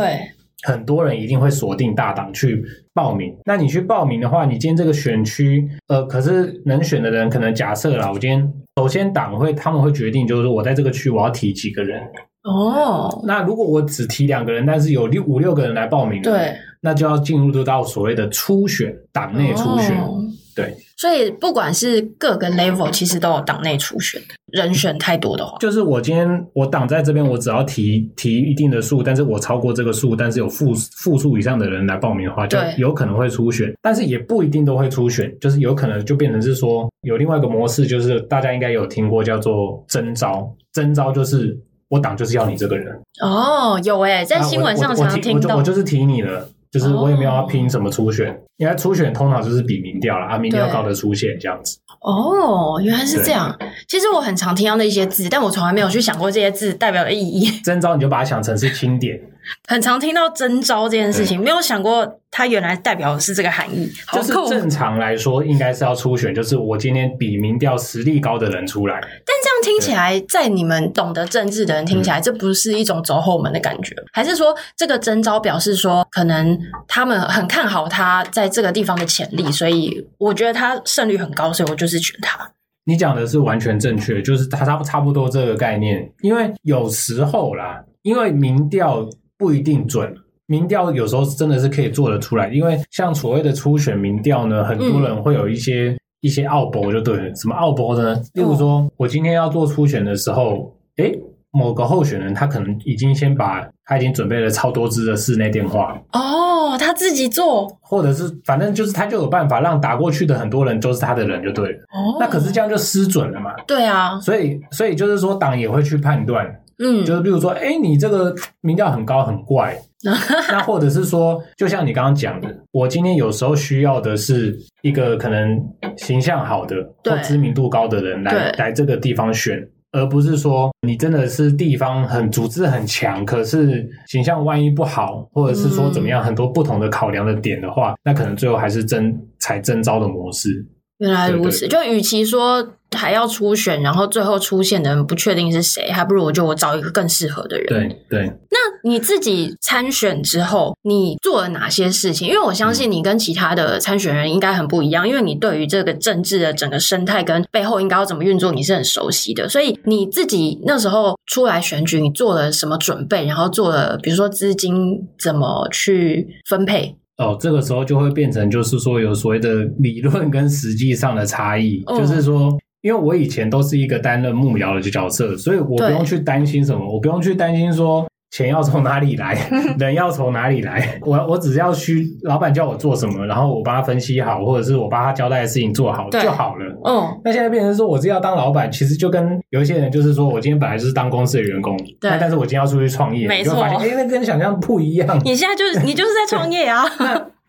很多人一定会锁定大党去报名。那你去报名的话，你今天这个选区，呃，可是能选的人，可能假设啦，我今天首先党会他们会决定，就是说我在这个区我要提几个人。
哦，
那如果我只提两个人，但是有六五六个人来报名，，
对，
那就要进入到所谓的初选，党内初选。
哦
对，
所以不管是各个 level，其实都有党内初选，人选太多的话，
就是我今天我党在这边，我只要提提一定的数，但是我超过这个数，但是有负负数以上的人来报名的话，就
对
有可能会初选，但是也不一定都会初选，就是有可能就变成是说有另外一个模式，就是大家应该有听过叫做征招，征招就是我党就是要你这个人，
哦，有诶、在
啊
新闻上
我我
常
我
常
提
听
我就
到哦
我，就是提你了。就是我也没有要拼什么初选，因为初选通常就是比民调啦，啊，民调
对
高的出现这样子。
哦，原来是这样。其实我很常听到那些字，但我从来没有去想过这些字代表的意义。
征招你就把它想成是清点，
很常听到征招这件事情，没有想过它原来代表的是这个含义，好
就是
酷。
正常来说，应该是要初选，就是我今天比民调实力高的人出来。
但这样听起来，在你们懂得政治的人听起来，这不是一种走后门的感觉，还是说这个征招表示说，可能他们很看好他在这个地方的潜力，所以我觉得他胜率很高，所以我就是选他。
你讲的是完全正确，就是它差差不多这个概念。因为有时候啦，因为民调不一定准，民调有时候真的是可以做得出来。因为像所谓的初选民调呢，很多人会有一些、一些奥博就对了。什么奥博呢？例如说，我今天要做初选的时候，诶。某个候选人他可能已经先把他已经准备了超多支的室内电话，
哦，他自己做
或者是反正就是他就有办法让打过去的很多人都是他的人就对了。
哦，
那可是这样就失准了嘛。
对啊，
所以，所以就是说，党也会去判断，
嗯，
就是比如说，哎、你这个民调很高很
[laughs]
怪，那或者是说，就像你刚刚讲的，我今天有时候需要的是一个可能形象好的或
对
知名度高的人来
对
来这个地方选。而不是说你真的是地方很组织很强，可是形象万一不好，或者是
嗯
说怎么样，很多不同的考量的点的话，那可能最后还是征才征招的模式。
原来如此。就与其说还要初选，然后最后出现的人不确定是谁，还不如我就我找一个更适合的人。
对对，
你自己参选之后，你做了哪些事情？因为我相信你跟其他的参选人应该很不一样，因为你对于这个政治的整个生态跟背后应该要怎么运作，你是很熟悉的。所以你自己那时候出来选举，你做了什么准备？然后做了，比如说资金怎么去分配？
哦，这个时候就会变成就是说有所谓的理论跟实际上的差异，
嗯
就是说。因为我以前都是一个担任幕僚的角色，所以我不
对
用去担心什么，我不用去担心说钱要从哪
[laughs]
里来，人要从哪里来，我我只要去老板叫我做什么，然后我帮他分析好，或者是我帮他交代的事情做好
对
就好了。
嗯，
那现在变成说，我自己要当老板，其实就跟有一些人就是说我今天本来就是当公司的员工，
对
那但是我今天要出去创业，
没
你就会
错
发现哎，那跟想象不一样。
你现在就是你就是在创业啊，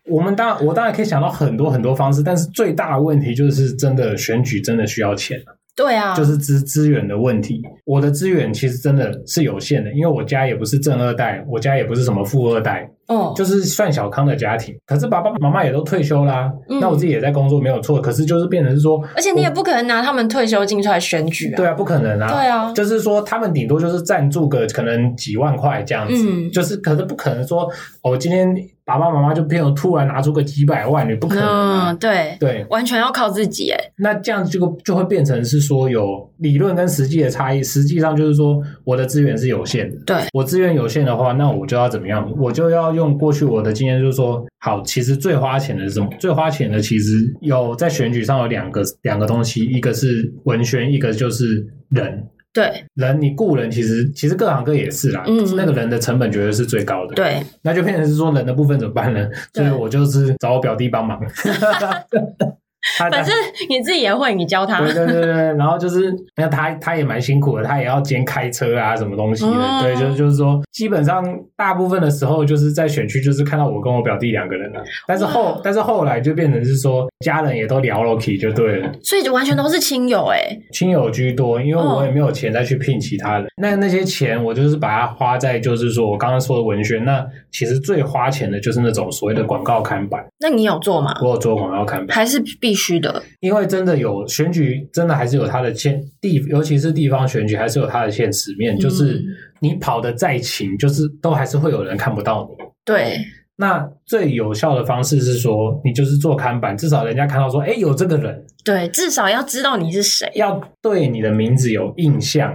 我们当然，我当然可以想到很多很多方式，但是最大的问题就是，真的选举真的需要钱，
[laughs] 对啊，
就是资资源的问题。我的资源其实真的是有限的，因为我家也不是正二代，我家也不是什么富二代，
嗯，
就是算小康的家庭。可是爸爸妈妈也都退休啦，
嗯
那我自己也在工作，没有错。可是就是变成是说，
而且你也不可能拿他们退休金出来选举啊，
对啊，不可能啊，
对啊
就是说他们顶多就是赞助个可能几万块这样子，
嗯
就是可是不可能说，哦，今天爸爸妈妈就偏我突然拿出个几百万，你不可能、啊，
嗯，对，
对。
完全要靠自己哎、
那这样就就会变成是说有理论跟实际的差异，实际上就是说我的资源是有限的。
对，
我资源有限的话，那我就要怎么样？我就要用过去我的经验，就是说，好，其实最花钱的是什么？最花钱的其实有在选举上有两个两个东西，一个是文宣，一个就是人。
对
人，你雇人其实其实各行各业也是啦，
嗯
那个人的成本绝对是最高的。，
对，
那就变成是说人的部分怎么办呢？所
对
以我就是找我表弟
[laughs]
帮忙。 [laughs] 他
反正 [laughs] 你自己也会，你教他。
[laughs] 对对对对，然后就是那他他也蛮辛苦的，他也要兼开车啊，什么东西的。
嗯
对，就是就是说，基本上大部分的时候就是在选区，就是看到我跟我表弟两个人了、但是后
哇
但是后来就变成是说，家人也都聊了 k 就对了，
所以就完全都是亲友哎、
亲友居多，因为我也没有钱再去聘其他人。那那些钱我就是把它花在就是说我刚刚说的文宣，那其实最花钱的就是那种所谓的广告看板，
那你有做吗？
我有做广告看板。
还是必须的？
因为真的有选举，真的还是有它的限地，尤其是地方选举，还是有它的现实面，就是
嗯
你跑得再勤，就是都还是会有人看不到你。
对，
那最有效的方式是说，你就是做看板，至少人家看到说，哎，有这个人，
对，至少要知道你是谁
要对你的名字有印象。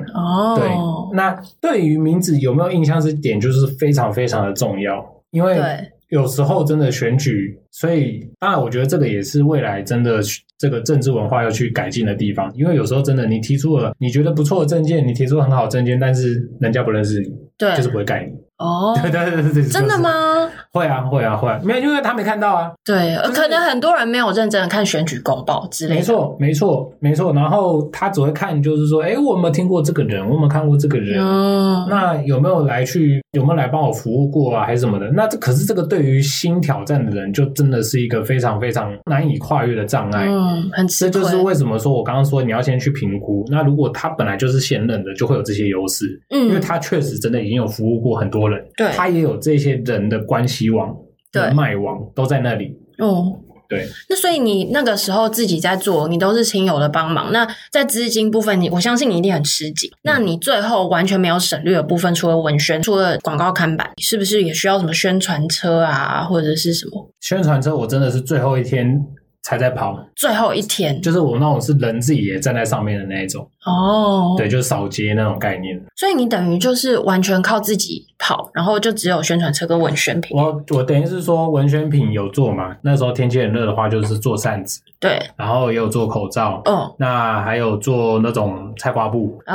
对
哦。
那对于名字有没有印象这点，就是非常非常的重要，因为
对，
有时候真的选举，所以当然，我觉得这个也是未来真的这个政治文化要去改进的地方。因为有时候真的你提出了你觉得不错的证件，你提出很好的证件，但是人家不认识你，
对，
就是不会盖你。 [laughs]
哦，
对对对对对，
真的？吗？
会啊会啊会啊，没有，因为他没看到啊。
对，呃
就是
可能很多人没有认真的看选举公报之类的。
没，错没错没错，然后他只会看，就是说，哎，我有没有听过这个人？我有没有看过这个人？
嗯，
那有没有来去有没有来帮我服务过啊，还是什么的？那这可是这个对于新挑战的人，就真的是一个非常非常难以跨越的障碍。
嗯，很吃
这
亏。
就是为什么说我刚刚说你要先去评估。那如果他本来就是现任的，就会有这些优势，
嗯，
因为他确实真的已经有服务过很多人，
对
他也有这些人的关系网、
对
人脉网都在那里。
哦，
对。
那所以你那个时候自己在做，你都是亲友的帮忙。那在资金部分，你我相信你一定很吃紧。
嗯
那你最后完全没有省略的部分，除了文宣，除了广告看板，是不是也需要什么宣传车啊，或者是什么？
宣传车我真的是最后一天才在跑，
最后一天
就是我那种是人自己也站在上面的那一种，
哦，
对，就是扫街那种概念。
所以你等于就是完全靠自己跑，然后就只有宣传车跟文宣品，
我我等于是说文宣品有做嘛，那时候天气很热的话就是做扇子，
对，
然后也有做口罩。
嗯，
那还有做那种菜瓜布，
哦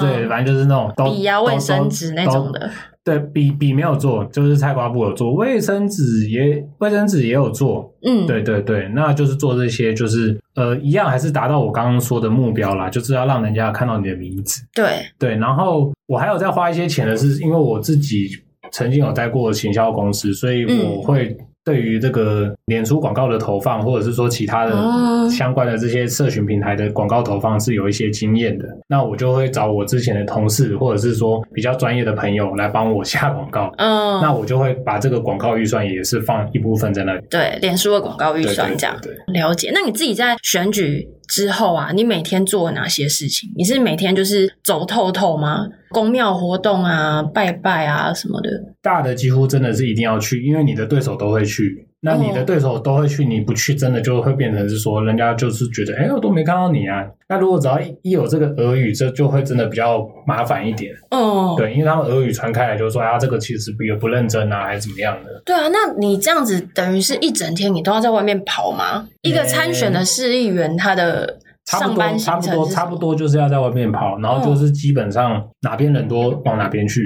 就是 [laughs] 对，反正就是那种都
笔啊、
都
卫生
都
纸那种
都
的，
对，笔笔没有做，就是菜瓜布有做，卫生纸也卫生纸也有做，
嗯，
对对对，那就是做这些，就是呃，一样还是达到我刚刚说的目标啦，就是要让人家看到你的名字。
对，
对，然后我还有在花一些钱的是，因为我自己曾经有待过行销公司，所以
嗯
我会对于这个脸书广告的投放，或者是说其他
哦
的相关的这些社群平台的广告投放是有一些经验的。那我就会找我之前的同事，或者是说比较专业的朋友来帮我 [laughs] 下广告。
嗯，
那我就会把这个广告预算也是放一部分在那里，
对，脸书的广告预
对
算
对
这样
对对
了解。那你自己在选举之后啊，你每天做了哪些事情？你是每天就是走透透吗？公庙活动啊、拜拜啊什么的。
大的几乎真的是一定要去，因为你的对手都会去。那你的对手都会去，你不去，真的就会变成是说，人家就是觉得，哎、我都没看到你啊。那如果只要一一有这个俄语，这就会真的比较麻烦一点，
哦，
对，因为他们俄语传开来就说，啊，这个其实也不认真啊，还是怎么样的。
对啊，那你这样子等于是一整天你都要在外面跑吗？一个参选的市议员，他的
差
上
不多，
班
差
行
不
程
多，
是嗯
差不多就是要在外面跑，然后就是基本上哪边人多往哪边去，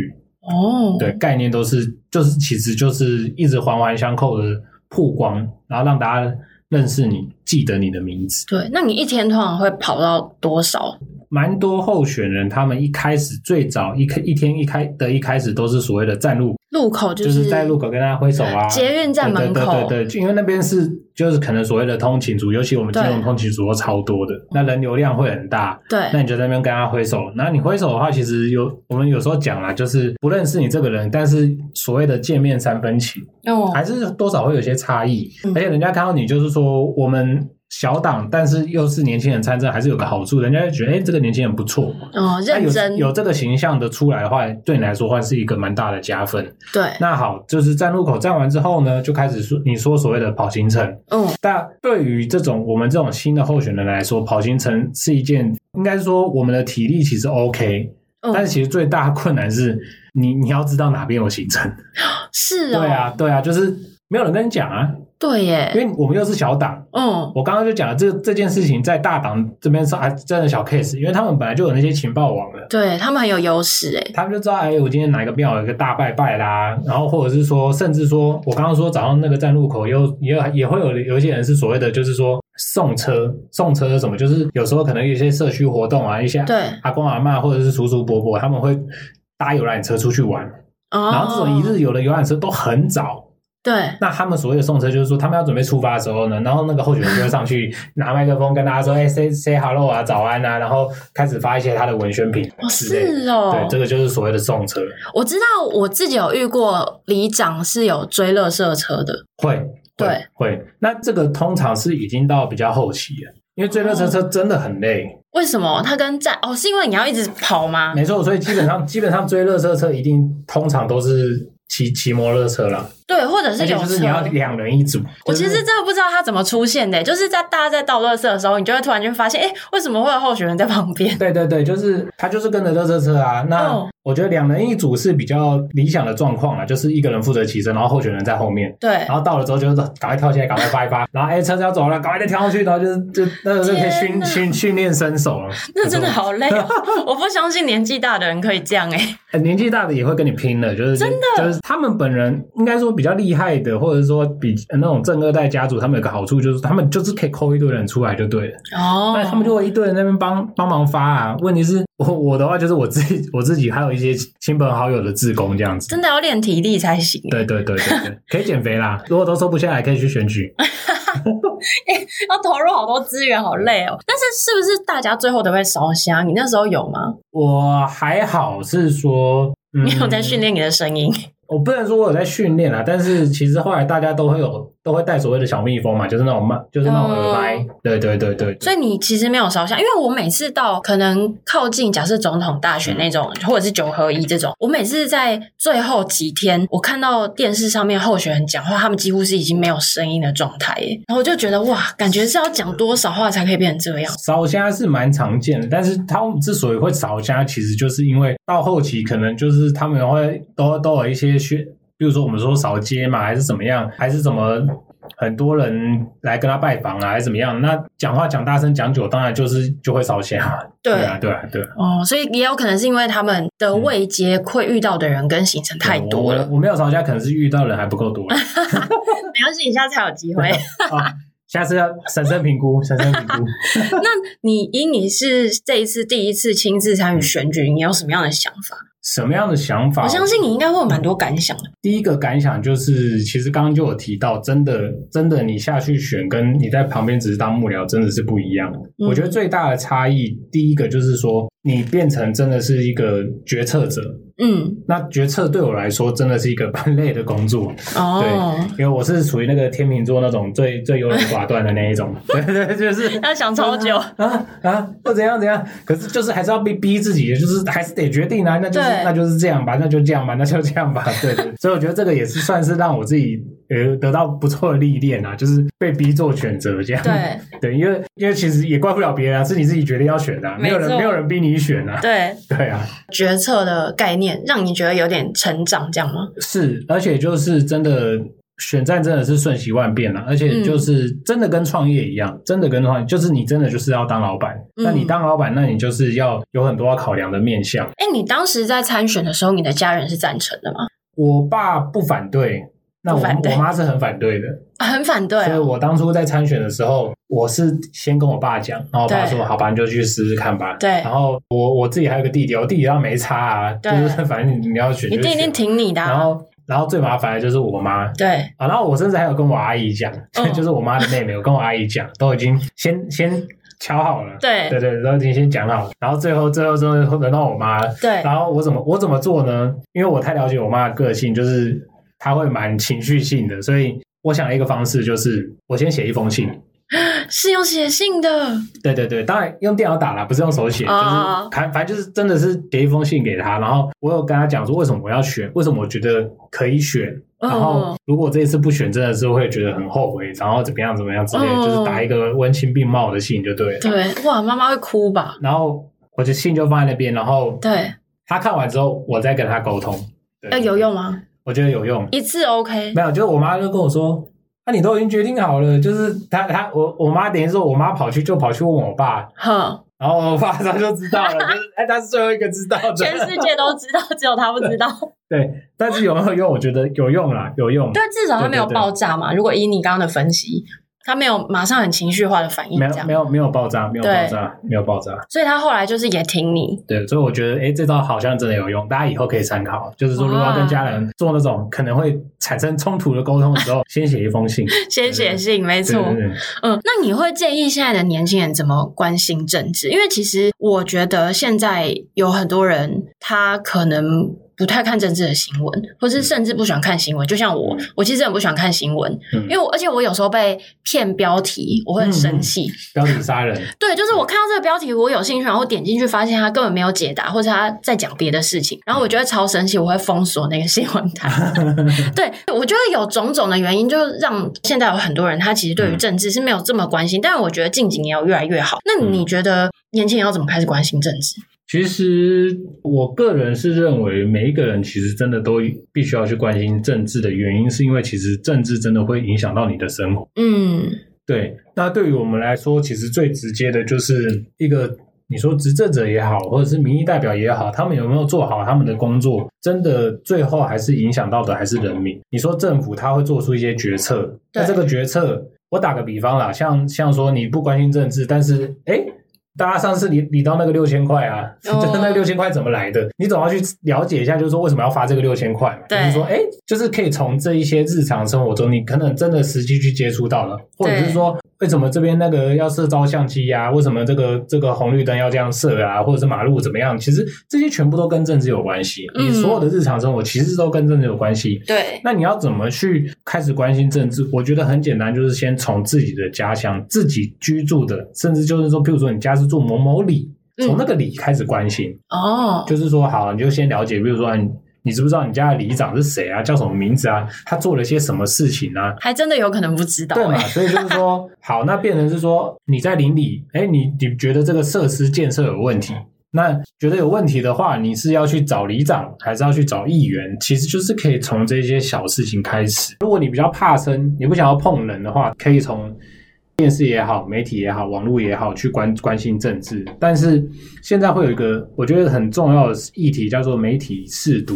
什么哦，
对，概念都是就是其实就是一直环环相扣的曝光，然后让大家认识你，记得你的名字。
对。那你一天通常会跑到多少？
蛮多候选人，他们一开始最早一开一天一开的一开始都是所谓的站路，
路口、
就是在路口跟大家挥手啊，
呃捷运站门口
对对对对对，因为那边是就是可能所谓的通勤族，尤其我们金融
对
通勤族都超多的，那人流量会很大。那
对，
你就在那边跟他挥手，那你挥手的话，其实有我们有时候讲啦，就是不认识你这个人，但是所谓的见面三分情，
哦，
还是多少会有些差异。
嗯
而且人家看到你，就是说我们小党，但是又是年轻人参政，还是有个好处，人家就觉得哎、这个年轻人不错。
哦，
那
认
有
真，
有这个形象的出来的话，对你来说话是一个蛮大的加分。
对，
那好，就是站路口站完之后呢，就开始说你说所谓的跑行程。
嗯，
但对于这种我们这种新的候选人来说，跑行程是一件，应该是说我们的体力其实 OK，、
嗯
但是其实最大的困难是你你要知道哪边有行程。
是哦，
对啊，对啊，就是没有人跟你讲啊，
对
因
耶，
为我们又是小党。
嗯，
我刚刚就讲了这这件事情在大党这边是还真的小 case，因为他们本来就有那些情报网了。
对他们很有优势哎，
他们就知道，哎，我今天哪一个庙有一个大拜拜啦，然后或者是说，甚至说我刚刚说早上那个站路口又也有也会有有一些人是所谓的，就是说送车送车是什么，就是有时候可能有一些社区活动啊，一些
对，
阿公阿嬷或者是叔叔伯伯他们会搭游览车出去玩，
哦，
然后这种一日游的游览车都很早。
对，
那他们所谓的送车，就是说他们要准备出发的时候呢，然后那个候选人就会
[laughs]
上去拿麦克风跟大家说，哎，say say hello 啊，早安啊，然后开始发一些他的文宣品
哦
之类的。
是哦，
对，这个就是所谓的送车。
我知道我自己有遇过里长是有追乐色车的，
会，会
对，
会。那这个通常是已经到比较后期了。因为追热车车
哦
真的很累，
为什么他跟站哦？是因为你要一直跑吗？
没错，所以基本上基本上追热车车一定通常都是骑骑摩托车啦，
对，或者
而
是
且
有
就是
车
你。要两人一组。
我
就
其
是
实真的不知道他怎么出现的，欸就是在大家在倒垃圾的时候，你就会突然间发现，哎、为什么会有候选人在旁边？ [laughs]
对对对，就是他就是跟着热车车啊。那
哦
我觉得两人一组是比较理想的状况啊，就是一个人负责骑车，然后候选人在后面。
对
然，后到了之后就是赶快跳起来，赶快发一发，然后哎车子要走了，赶快再跳上去，然后就是就那个就可以
天
训
哪
训训练身手了。
那真的好累哦！我不相信年纪大的人可以这样哎、诶
呃年纪大的也会跟你拼了，就是
真
的，就是他们本人应该说比较厉害的，或者说比呃那种正二代家族，他们有个好处就是他们就是可以抠一堆人出来就对了，
哦
那、他们就会一堆人在那边帮帮忙发啊。问题是我我的话就是我自己我自己还有一些亲朋好友的志工这样子。
真的要练体力才行。
对对对对对，可以减肥啦！如果都瘦不下来，可以去选举。
[laughs] 要投入好多资源，好
嗯
累哦。但是是不是大家最后都会烧香？你那时候有吗？
我还好是说，嗯 [laughs]
你有在训练你的声音？
啊我不能说我有在训练啦，但是其实后来大家都会有都会带所谓的小蜜蜂嘛，就是那种麦，就是那种耳麦。对对对对
哦所
对，
以你其实没有烧香，因为我每次到可能靠近假设总统大
嗯
选那种，或者是九合一这种，我每次在最后几天，我看到电视上面候选人讲话，他们几乎是已经没有声音的状态耶，然后我就觉得哇，感觉是要讲多少话才可以变成这样。
烧虾是蛮常见的，但是他们之所以会烧虾，其实就是因为到后期可能就是他们会都都有一些宣，比如说我们说扫街嘛，还是怎么样，还是怎么。很多人来跟他拜访啊，还是怎么样？那讲话讲大声讲久，当然就是就会烧香啊。
对
啊，嗯对啊，对啊。
哦，所以也有可能是因为他们的位阶会遇到的人跟行程太多了 [laughs]
我，我没有吵架，可能是遇到人还不够多。
没关系，你下次还有机会。
[laughs] 啊，下次要审慎
[laughs]
评估，审慎评估。
你以你是这一次第一次亲自参与选举，你有什么样的想法？
什么样的想法？
我相信你应该会有蛮多感想的。
第一个感想就是，其实刚刚就有提到，真的真的，你下去选跟你在旁边只是当幕僚，真的是不一样。
嗯
我觉得最大的差异，第一个就是说，你变成真的是一个决策者。
嗯，
那决策对我来说，真的是一个蛮累的工作。
哦，
因为我是属于那个天秤座那种最最优柔寡断的那一种， [laughs] 对对，对就是
[laughs] 要想超久，
啊啊，或怎样怎样，可是就是还是要逼逼自己，就是还是得决定啊，那就是
对
那就是这样吧，那就这样吧，那就这样吧，
[laughs]
对对。所以我觉得这个也是算是让我自己呃得到不错的历练啊，就是被逼做选择这样。
对
[laughs] 对，因为因为其实也怪不了别人啊，是你自己决定要选的啊、没有
没
人
错
没有人逼你选啊。
对，
对啊，
决策的概念让你觉得有点成长，这样吗？
是，而且就是真的选战真的是瞬息万变了、啊而且
嗯
就是真的跟创业一样，真的跟创业就是你真的就是要当老板，
嗯
那你当老板，那你就是要有很多要考量的面向。
哎，你当时在参选的时候，你的家人是赞成的吗？
我爸不反对，那我
不反对
我妈是很反对的，
很反对啊，
所以我当初在参选的时候，我是先跟我爸讲，然后我爸
对
说：“好吧，你就去试试看吧。”
对
然后我我自己还有个弟弟，我弟弟他没差啊，就
对
是 [laughs] 反正你你要选
你
就
弟一
选
定。挺你的
然
啊，
后然后最麻烦的就是我妈，
对，
啊，然后我甚至还有跟我阿姨讲，
嗯
[laughs] 就是我妈的妹妹，我跟我阿姨讲，都已经先先敲好了，
对
对对，都已经先讲好了，然后最后最后最后轮到我妈了，
对，
然后我怎么我怎么做呢？因为我太了解我妈的个性，就是她会蛮情绪性的，所以我想了一个方式，就是我先写一封信，
是用写信的，
对对对，当然用电脑打啦，不是用手写，
哦
就是反反正就是真的是写一封信给他，然后我有跟他讲说为什么我要选，为什么我觉得可以选，
嗯
然后如果这一次不选，真的是会觉得很后悔，然后怎么样怎么样之类的，
嗯
就是打一个温馨并茂的信就对了。，
对，哇，妈妈会哭吧？
然后我就信就放在那边，然后
对，
他看完之后，我再跟他沟通。对
要有，用吗？
我觉得有用。
一次 OK，
没有，就是我妈就跟我说。那、你都已经决定好了，就是他他我我妈等于说，我妈跑去就跑去问我爸，
哼，
然后我爸他就知
[laughs]
道了，就是哎，他是最后一个知道 [laughs]
全
的。
世界都知道，只有他不知道。
对，但是有没有用？我觉得有用啦，有用。
对，至少他没有
对对对
爆炸嘛。如果以你刚刚的分析，他没有马上很情绪化的反应，
没
这
有
样
没，有没有爆炸，没有
对
爆炸，没有爆炸。
所以他后来就是也挺
[laughs]
你。
对，所以我觉得，哎，这招好像真的有用，大家以后可以参考。就是说，如果要跟家人做那种可能会产生冲突的沟通的时候，先写一封信。
先写信，没
对
错。
对对，
嗯，那你会建议现在的年轻人怎么关心政治？因为其实我觉得现在有很多人，他可能不太看政治的新闻，或是甚至不喜欢看新闻。就像我，我其实很不喜欢看新闻，
嗯
因为我而且我有时候被骗标题，我会很生气。
标题杀人。
对，就是
嗯
我看到这个标题，我有兴趣，然后点进去发现他根本没有解答，或者他在讲别的事情，然后我就会超生气，我会封锁那个新闻
[laughs]
台。对，我觉得有种种的原因，就让现在有很多人他其实
嗯
对于政治是没有这么关心，但是我觉得近几年要越来越好。那
嗯
你觉得年轻人要怎么开始关心政治？
其实我个人是认为，每一个人其实真的都必须要去关心政治的原因，是因为其实政治真的会影响到你的生活。
嗯，
对，那对于我们来说，其实最直接的就是一个，你说执政者也好，或者是民意代表也好，他们有没有做好他们的工作，真的最后还是影响到的还是人民。你说政府他会做出一些决策，
对
那这个决策，我打个比方啦，像像说你不关心政治，但是哎。诶大家上次理理到那个六千块啊， [laughs]
哦
就是那个六千块怎么来的？你总要去了解一下，就是说为什么要发这个六千块嘛？
对
就是说，哎，就是可以从这一些日常生活中，你可能真的实际去接触到了，或者
对
是说为什么这边那个要设照相机呀、为什么这个这个红绿灯要这样设啊？或者是马路怎么样？其实这些全部都跟政治有关系。
嗯
你所有的日常生活其实都跟政治有关系。
对，
那你要怎么去开始关心政治？我觉得很简单，就是先从自己的家乡、自己居住的，甚至就是说，譬如说你家是住某某里，
嗯
从那个里开始关心。
哦，
就是说，好，你就先了解，比如说你。你知不知道你家的里长是谁啊？叫什么名字啊？他做了些什么事情啊？
还真的有可能不知道、
对嘛？
欸，
所以就是说，好，那变成是说你在邻里，哎，你你觉得这个设施建设有问题，那觉得有问题的话，你是要去找里长，还是要去找议员？其实就是可以从这些小事情开始。如果你比较怕生，你不想要碰人的话，可以从电视也好、媒体也好、网络也好去关关心政治。但是现在会有一个我觉得很重要的议题，叫做媒体试读。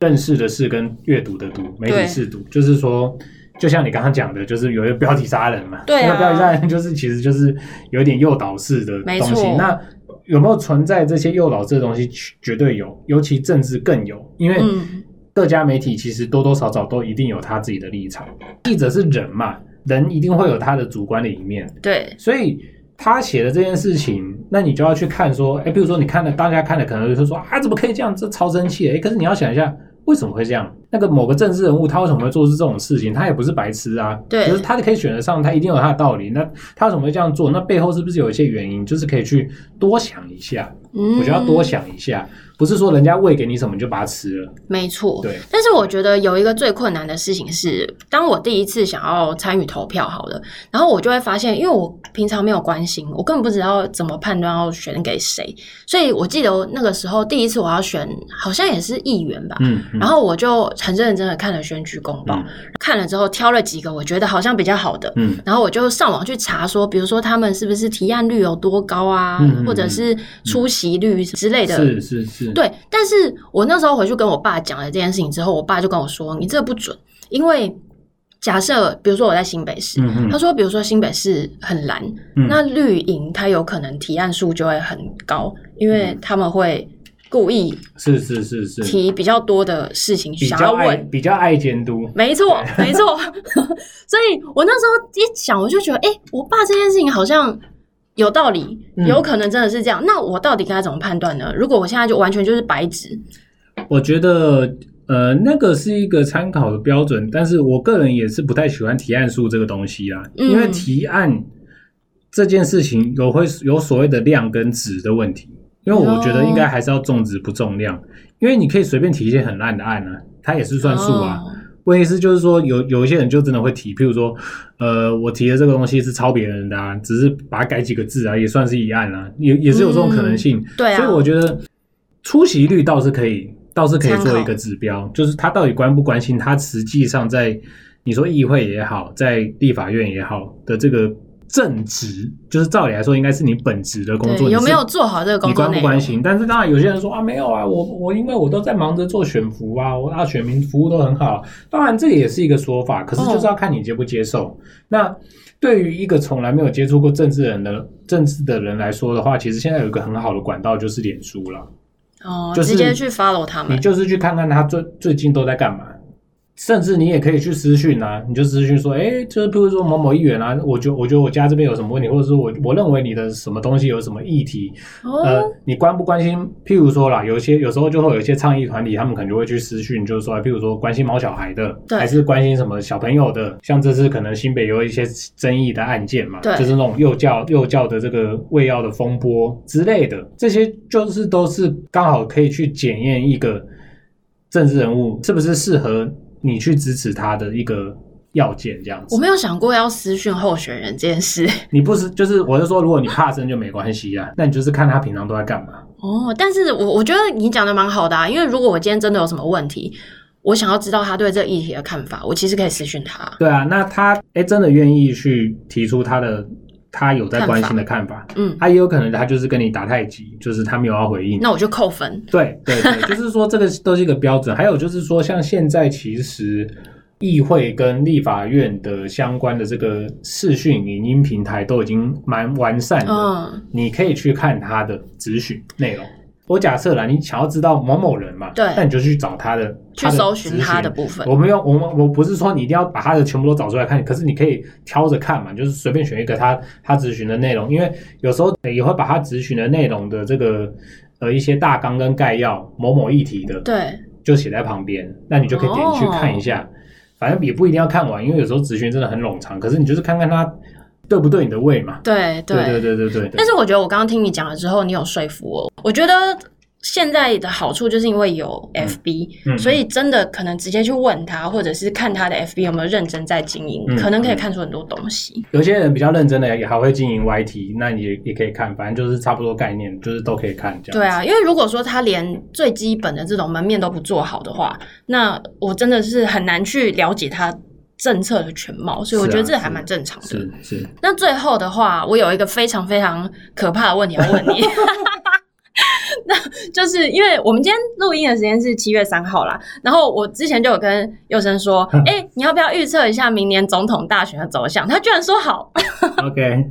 认识的是跟阅读的读，媒
对
体试读，就是说，就像你刚刚讲的，就是有一个标题杀人嘛，
对啊
那个标题杀人就是其实就是有点诱导式的
没
东西
错。
那有没有存在这些诱导这东西？绝绝对有，尤其政治更有，因为
嗯
各家媒体其实多多少少都一定有他自己的立场。记者是人嘛，人一定会有他的主观的一面，
对，
所以他写的这件事情，那你就要去看说，哎，比如说你看了，大家看了可能就说啊，怎么可以这样？这超生气的。哎，可是你要想一下，为什么会这样？那个某个政治人物他为什么会做出这种事情？他也不是白痴啊，
对
就是他可以选得上，他一定有他的道理。那他为什么会这样做？那背后是不是有一些原因？就是可以去多想一下，
嗯
我觉得要多，想一下，不是说人家喂给你什么你就把它吃了，
没错，
对。
但是我觉得有一个最困难的事情是，当我第一次想要参与投票好了，然后我就会发现，因为我平常没有关心，我根本不知道怎么判断要选给谁。所以我记得我那个时候第一次我要选，好像也是议员吧。
嗯，嗯
然后我就很认真的看了选举公报，
嗯
看了之后挑了几个我觉得好像比较好的，
嗯
然后我就上网去查说，比如说他们是不是提案率有多高啊，
嗯嗯嗯
或者是出席率之类的，
是是是，
嗯对，但是我那时候回去跟我爸讲了这件事情之后，我爸就跟我说：“你这不准，因为假设比如说我在新北市，
嗯嗯
他说比如说新北市很蓝，
嗯
那绿营它有可能提案数就会很高，因为他们会故意
是是是是，
提比较多的事情
比
想要
较爱
问。”
比较爱监督，
没
[laughs]
错，没错。 [laughs] 所以我那时候一想，我就觉得，哎、我爸这件事情好像有道理，
嗯
有可能真的是这样。那我到底该怎么判断呢？如果我现在就完全就是白纸，
我觉得呃，那个是一个参考的标准，但是我个人也是不太喜欢提案数这个东西啦，
嗯
因为提案这件事情有会有所谓的量跟值的问题，因为我觉得应该还是要重质不重量，因为你可以随便提一些很烂的案啊，它也是算数啊。
哦
问题是，就是说有有一些人就真的会提，譬如说，呃，我提的这个东西是抄别人的啊，只是把它改几个字啊，也算是一案啊，也也是有这种可能性。
对啊，
所以我觉得出席率倒是可以，倒是可以
参
做
考
一个指标，就是他到底关不关心他实际上在你说议会也好，在立法院也好的这个正职，就是照理来说应该是你本职的工作，
对有
你
没
是
有做好这个工
你
作
关
内
不
容？
关心？但是当然，有些人说啊，没有啊，我我因为我都在忙着做选服啊，我啊选民服务都很好。当然，这个也是一个说
嗯
法，可是就是要看你接不接受。那对于一个从来没有接触过政治人的政治的人来说的话，其实现在有一个很好的管道就是脸书了，
哦，
就是
直接去 follow 他
你
们。
就是去看看他最最近都在干嘛。甚至你也可以去私讯啊，你就私讯说，哎、就是比如说某某议员啊，我觉我觉得我家这边有什么问题，或者是我我认为你的什么东西有什么议题，呃
哦，，
你关不关心？譬如说啦，有一些有时候就会有一些倡议团体，他们可能就会去私讯，就是说，譬如说关心毛小孩的，
对
还是关心什么小朋友的？像这次可能新北有一些争议的案件嘛，
对
就是那种幼教幼教的这个喂药的风波之类的，这些就是都是刚好可以去检验一个政治人物是不是适合你去支持他的一个要件，这样子
我。没有想过要私讯候选人这件
[laughs]
事
你不是就是我是说，如果你怕生就没关系啊，那你就是看他平常都在干嘛。
哦，但是我我觉得你讲的蛮好的啊，因为如果我今天真的有什么问题，我想要知道他对这议题的看法，我其实可以私讯他。
对啊，那他哎、诶真的愿意去提出他的他有在关心的看法，啊
嗯，
他也有可能他就是跟你打太极，就是他没有要回应。
那我就扣分。
对对对， [laughs] 就是说这个都是一个标准。还有就是说，像现在其实议会跟立法院的相关的这个视讯影音平台都已经蛮完善的，
嗯，
你可以去看它的咨询内容。我假设啦，你想要知道某某人嘛，
对
那你就去找他的，
去
他的
搜寻
资
它
讯
的部分。
我们用我们我不是说你一定要把他的全部都找出来看，可是你可以挑着看嘛，就是随便选一个他他咨询的内容，因为有时候也会把他咨询的内容的这个呃一些大纲跟概要某某议题的，
对，哦
就写在旁边，那你就可以点进去看一下。反正也不一定要看完，因为有时候咨询真的很冗长，可是你就是看看他对不对你的胃嘛。
对，
对对对对对。
但是我觉得我刚刚听你讲了之后，你有说服我。我觉得现在的好处就是因为有 FB，、
嗯嗯
所以真的可能直接去问他，或者是看他的 FB 有没有认真在经营，
嗯
可能可以看出很多东西。
有些人比较认真的也还会经营 YT，那你也也可以看，反正就是差不多概念，就是都可以看这样。
对啊，因为如果说他连最基本的这种门面都不做好的话，那我真的是很难去了解他政策的全貌，所以我
是啊
觉得这还
是
蛮正常的。
是是，
那最后的话，我有一个非常非常可怕的问题要问你。 [laughs] 那就是因为我们今天录音的时间是七月三号啦，然后我之前就有跟佑生说，
嗯
哎、你要不要预测一下明年总统大选的走向？他居然说好，
OK，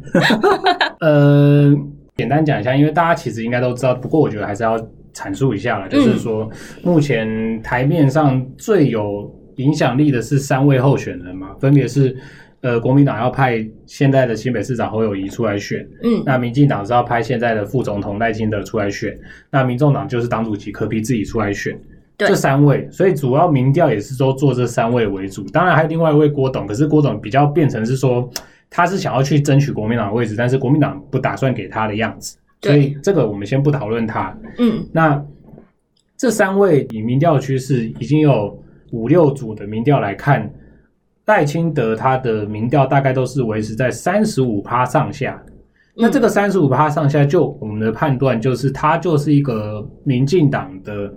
呃，简单讲一下，因为大家其实应该都知道，不过我觉得还是要阐述一下了，就是说目前台面上最有影响力的是三位候选人嘛，分别是呃国民党要派现在的新北市长侯友谊出来选，
嗯，
那民进党是要派现在的副总统赖清德出来选，那民众党就是党主席柯 P 自己出来选。
对
这三位，所以主要民调也是都做这三位为主。当然还有另外一位郭董，可是郭董比较变成是说，他是想要去争取国民党的位置，但是国民党不打算给他的样子。所以这个我们先不讨论他。
嗯，
那这三位以民调趋势已经有五六组的民调来看，赖清德他的民调大概都是维持在三十五趴上下。那这个三十五趴上下，就我们的判断就是，它就是一个民进党的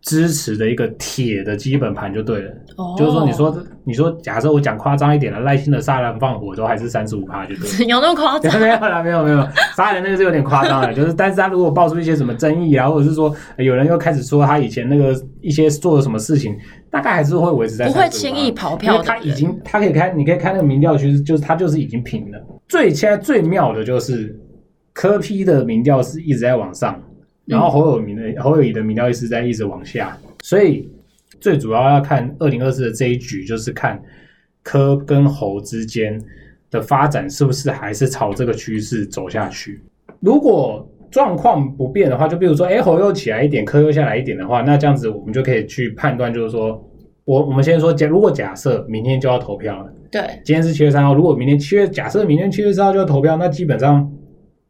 支持的一个铁的基本盘就对了。
哦
就是说，你说你说，假设我讲夸张一点了，赖清德杀人放火都还是三十五趴就对了。
有那么夸张？
没有啦，没有没有，杀人那个是有点夸张了，就是，但是他如果爆出一些什么争议啊，或者是说呃有人又开始说他以前那个一些做了什么事情，大概还是会维持在
不会
35%
轻易跑
因为
票的
他
人，
已经，他可以看，你可以看那个民调，其实就是他就是已经平了。最现在最妙的就是柯批的民调是一直在往上，
嗯
然后侯友民的、侯友谊的民调一直在一直往下，所以最主要要看二零二四的这一局，就是看柯跟侯之间的发展是不是还是朝这个趋势走下去。如果状况不变的话，就比如说，哎，侯又起来一点，柯又下来一点的话，那这样子我们就可以去判断，就是说，我我们先说，假如果假设明天就要投票了，
对，
今天是七月三号，如果明天七月，假设明天七月三号就要投票，那基本上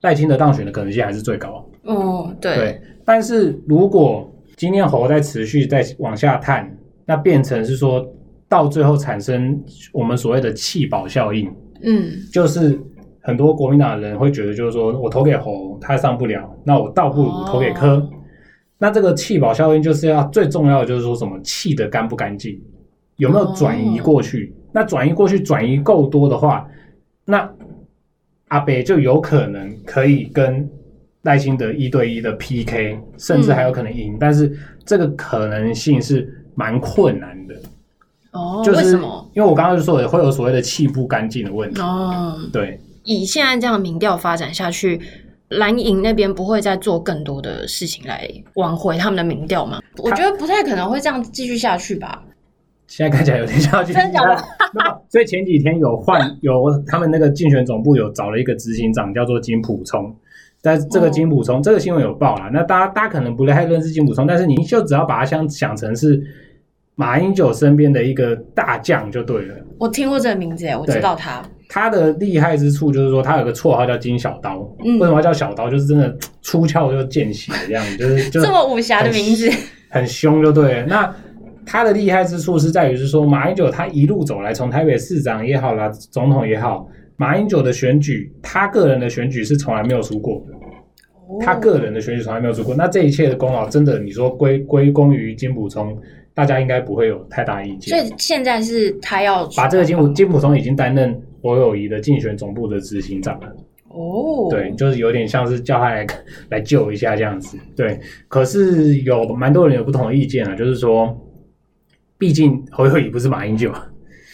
赖清德当选的可能性还是最高。
嗯，对，
对，但是如果今天猴在持续在往下探，那变成是说到最后产生我们所谓的弃保效应，
嗯，
就是很多国民党的人会觉得，就是说我投给侯他上不了，那我倒不如投给柯。
哦
那这个弃保效应就是要最重要的就是说什么弃的干不干净，有没有转移过
哦
去？那转移过去转移够多的话，那阿北就有可能可以跟赖清德一对一的 PK，甚至还有可能
嗯
赢，但是这个可能性是蛮困难的，
哦，
就
为
是
什么？
因为我刚刚就说了会有所谓的弃不干净的问题，
哦，
对。
以现在这样民调发展下去，蓝营那边不会再做更多的事情来挽回他们的民调吗？我觉得不太可能会这样继续下去吧。
现在看起来有点像去，
真的假的
没有所以前几天有换有他们那个竞选总部有找了一个执行长，叫做金普聪。但是这个金普聪、
哦
这个新闻有报啦，那大家大家可能不太认识金普聪，但是你就只要把他想想成是马英九身边的一个大将就对了。
我听过这个名字欸耶，我知道他。
他的厉害之处就是说，他有个绰号叫金小刀。
嗯
为什么要叫小刀？就是真的出鞘就见血这样，
[laughs]
就是就是
这么武侠的名字，
很凶就对了。那他的厉害之处是在于是说，马英九他一路走来，从台北市长也好啦，总统也好，马英九的选举，他个人的选举是从来没有输过
哦
的，他个人的选举从来没有输过。那这一切的功劳，真的你说归归功于金溥聪，大家应该不会有太大意
所
见。
以现在是他要
把这个金溥金溥聪已经担任侯友谊的竞选总部的执行长了。
哦，
对，就是有点像是叫他来来救一下这样子。对，可是有蛮多人有不同的意见啊，就是说，毕竟侯友谊不是马英九，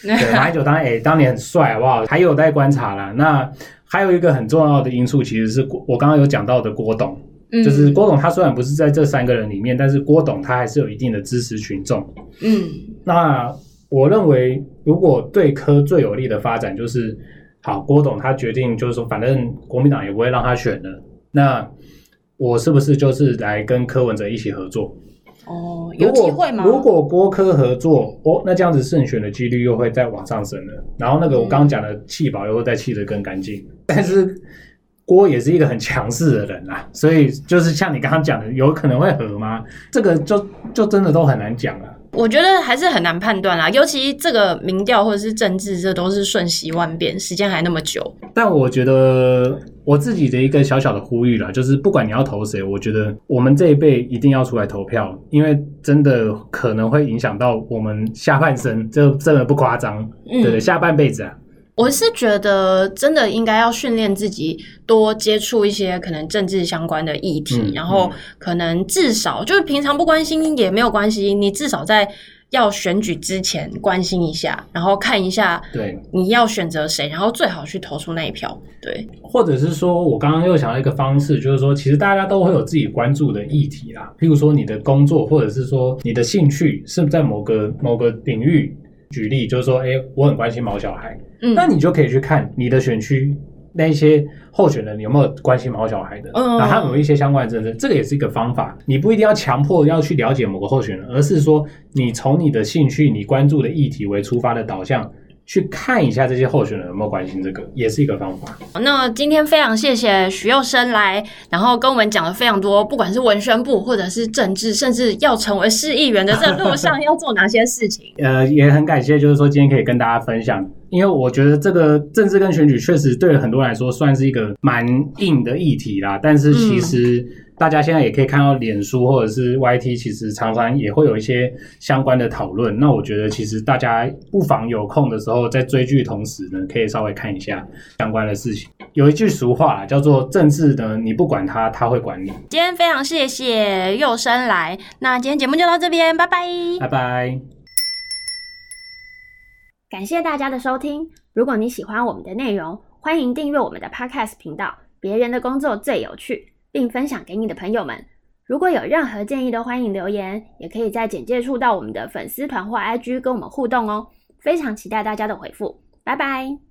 对，马英九当然哎、当年很帅，好不好？还有待观察啦。那还有一个很重要的因素，其实是郭我刚刚有讲到的郭董，
嗯
就是郭董他虽然不是在这三个人里面，但是郭董他还是有一定的支持群众。
嗯
那我认为，如果对科最有利的发展就是，好，郭董他决定就是说，反正国民党也不会让他选了，那我是不是就是来跟柯文哲一起合作？
哦，
如
有
果
机会吗？
如果郭科合作，哦，那这样子胜选的几率又会再往上升了。然后那个我刚刚讲的弃保又会再弃得更干净，但是郭也是一个很强势的人啦，所以就是像你刚刚讲的，有可能会合吗？这个就就真的都很难讲啊了。
我觉得还是很难判断啦，尤其这个民调或者是政治，这都是瞬息万变，时间还那么久。
但我觉得我自己的一个小小的呼吁啦，就是不管你要投谁，我觉得我们这一辈一定要出来投票，因为真的可能会影响到我们下半生，这真的不夸张，
嗯
对对，下半辈子啊。
我是觉得真的应该要训练自己多接触一些可能政治相关的议题，
嗯
然后可能至少就是平常不关心也没有关系，你至少在要选举之前关心一下，然后看一下
对，
你要选择谁，然后最好去投出那一票。对，
或者是说我刚刚又想到一个方式，就是说，其实大家都会有自己关注的议题啦，譬如说你的工作，或者是说你的兴趣是在某个某个领域。举例就是说，哎、我很关心毛小孩，
嗯，
那你就可以去看你的选区那一些候选人有没有关心毛小孩的，
嗯
然后他们有一些相关的政策，这个也是一个方法。你不一定要强迫要去了解某个候选人，而是说你从你的兴趣、你关注的议题为出发的导向。去看一下这些候选人有没有关心这个，也是一个方法。
那今天非常谢谢徐佑生来，然后跟我们讲了非常多，不管是文宣部或者是政治，甚至要成为市议员的这路上 [laughs] 要做哪些事情。
呃，也很感谢，就是说今天可以跟大家分享，因为我觉得这个政治跟选举确实对很多人来说算是一个蛮硬的议题啦。但是其实大家现在也可以看到，脸书或者是 YT，其实常常也会有一些相关的讨论。那我觉得其实大家不妨有空的时候，在追剧同时呢，可以稍微看一下相关的事情。有一句俗话啦，叫做“政治呢，你不管它，它会管你
今天非常谢谢佑生来，那今天节目就到这边，拜拜。”。
拜拜。
感谢大家的收听。如果你喜欢我们的内容，欢迎订阅我们的 Podcast 频道《别人的工作最有趣》，并分享给你的朋友们。如果有任何建议，都欢迎留言，也可以在简介处到我们的粉丝团或 IG 跟我们互动哦。非常期待大家的回复，拜拜。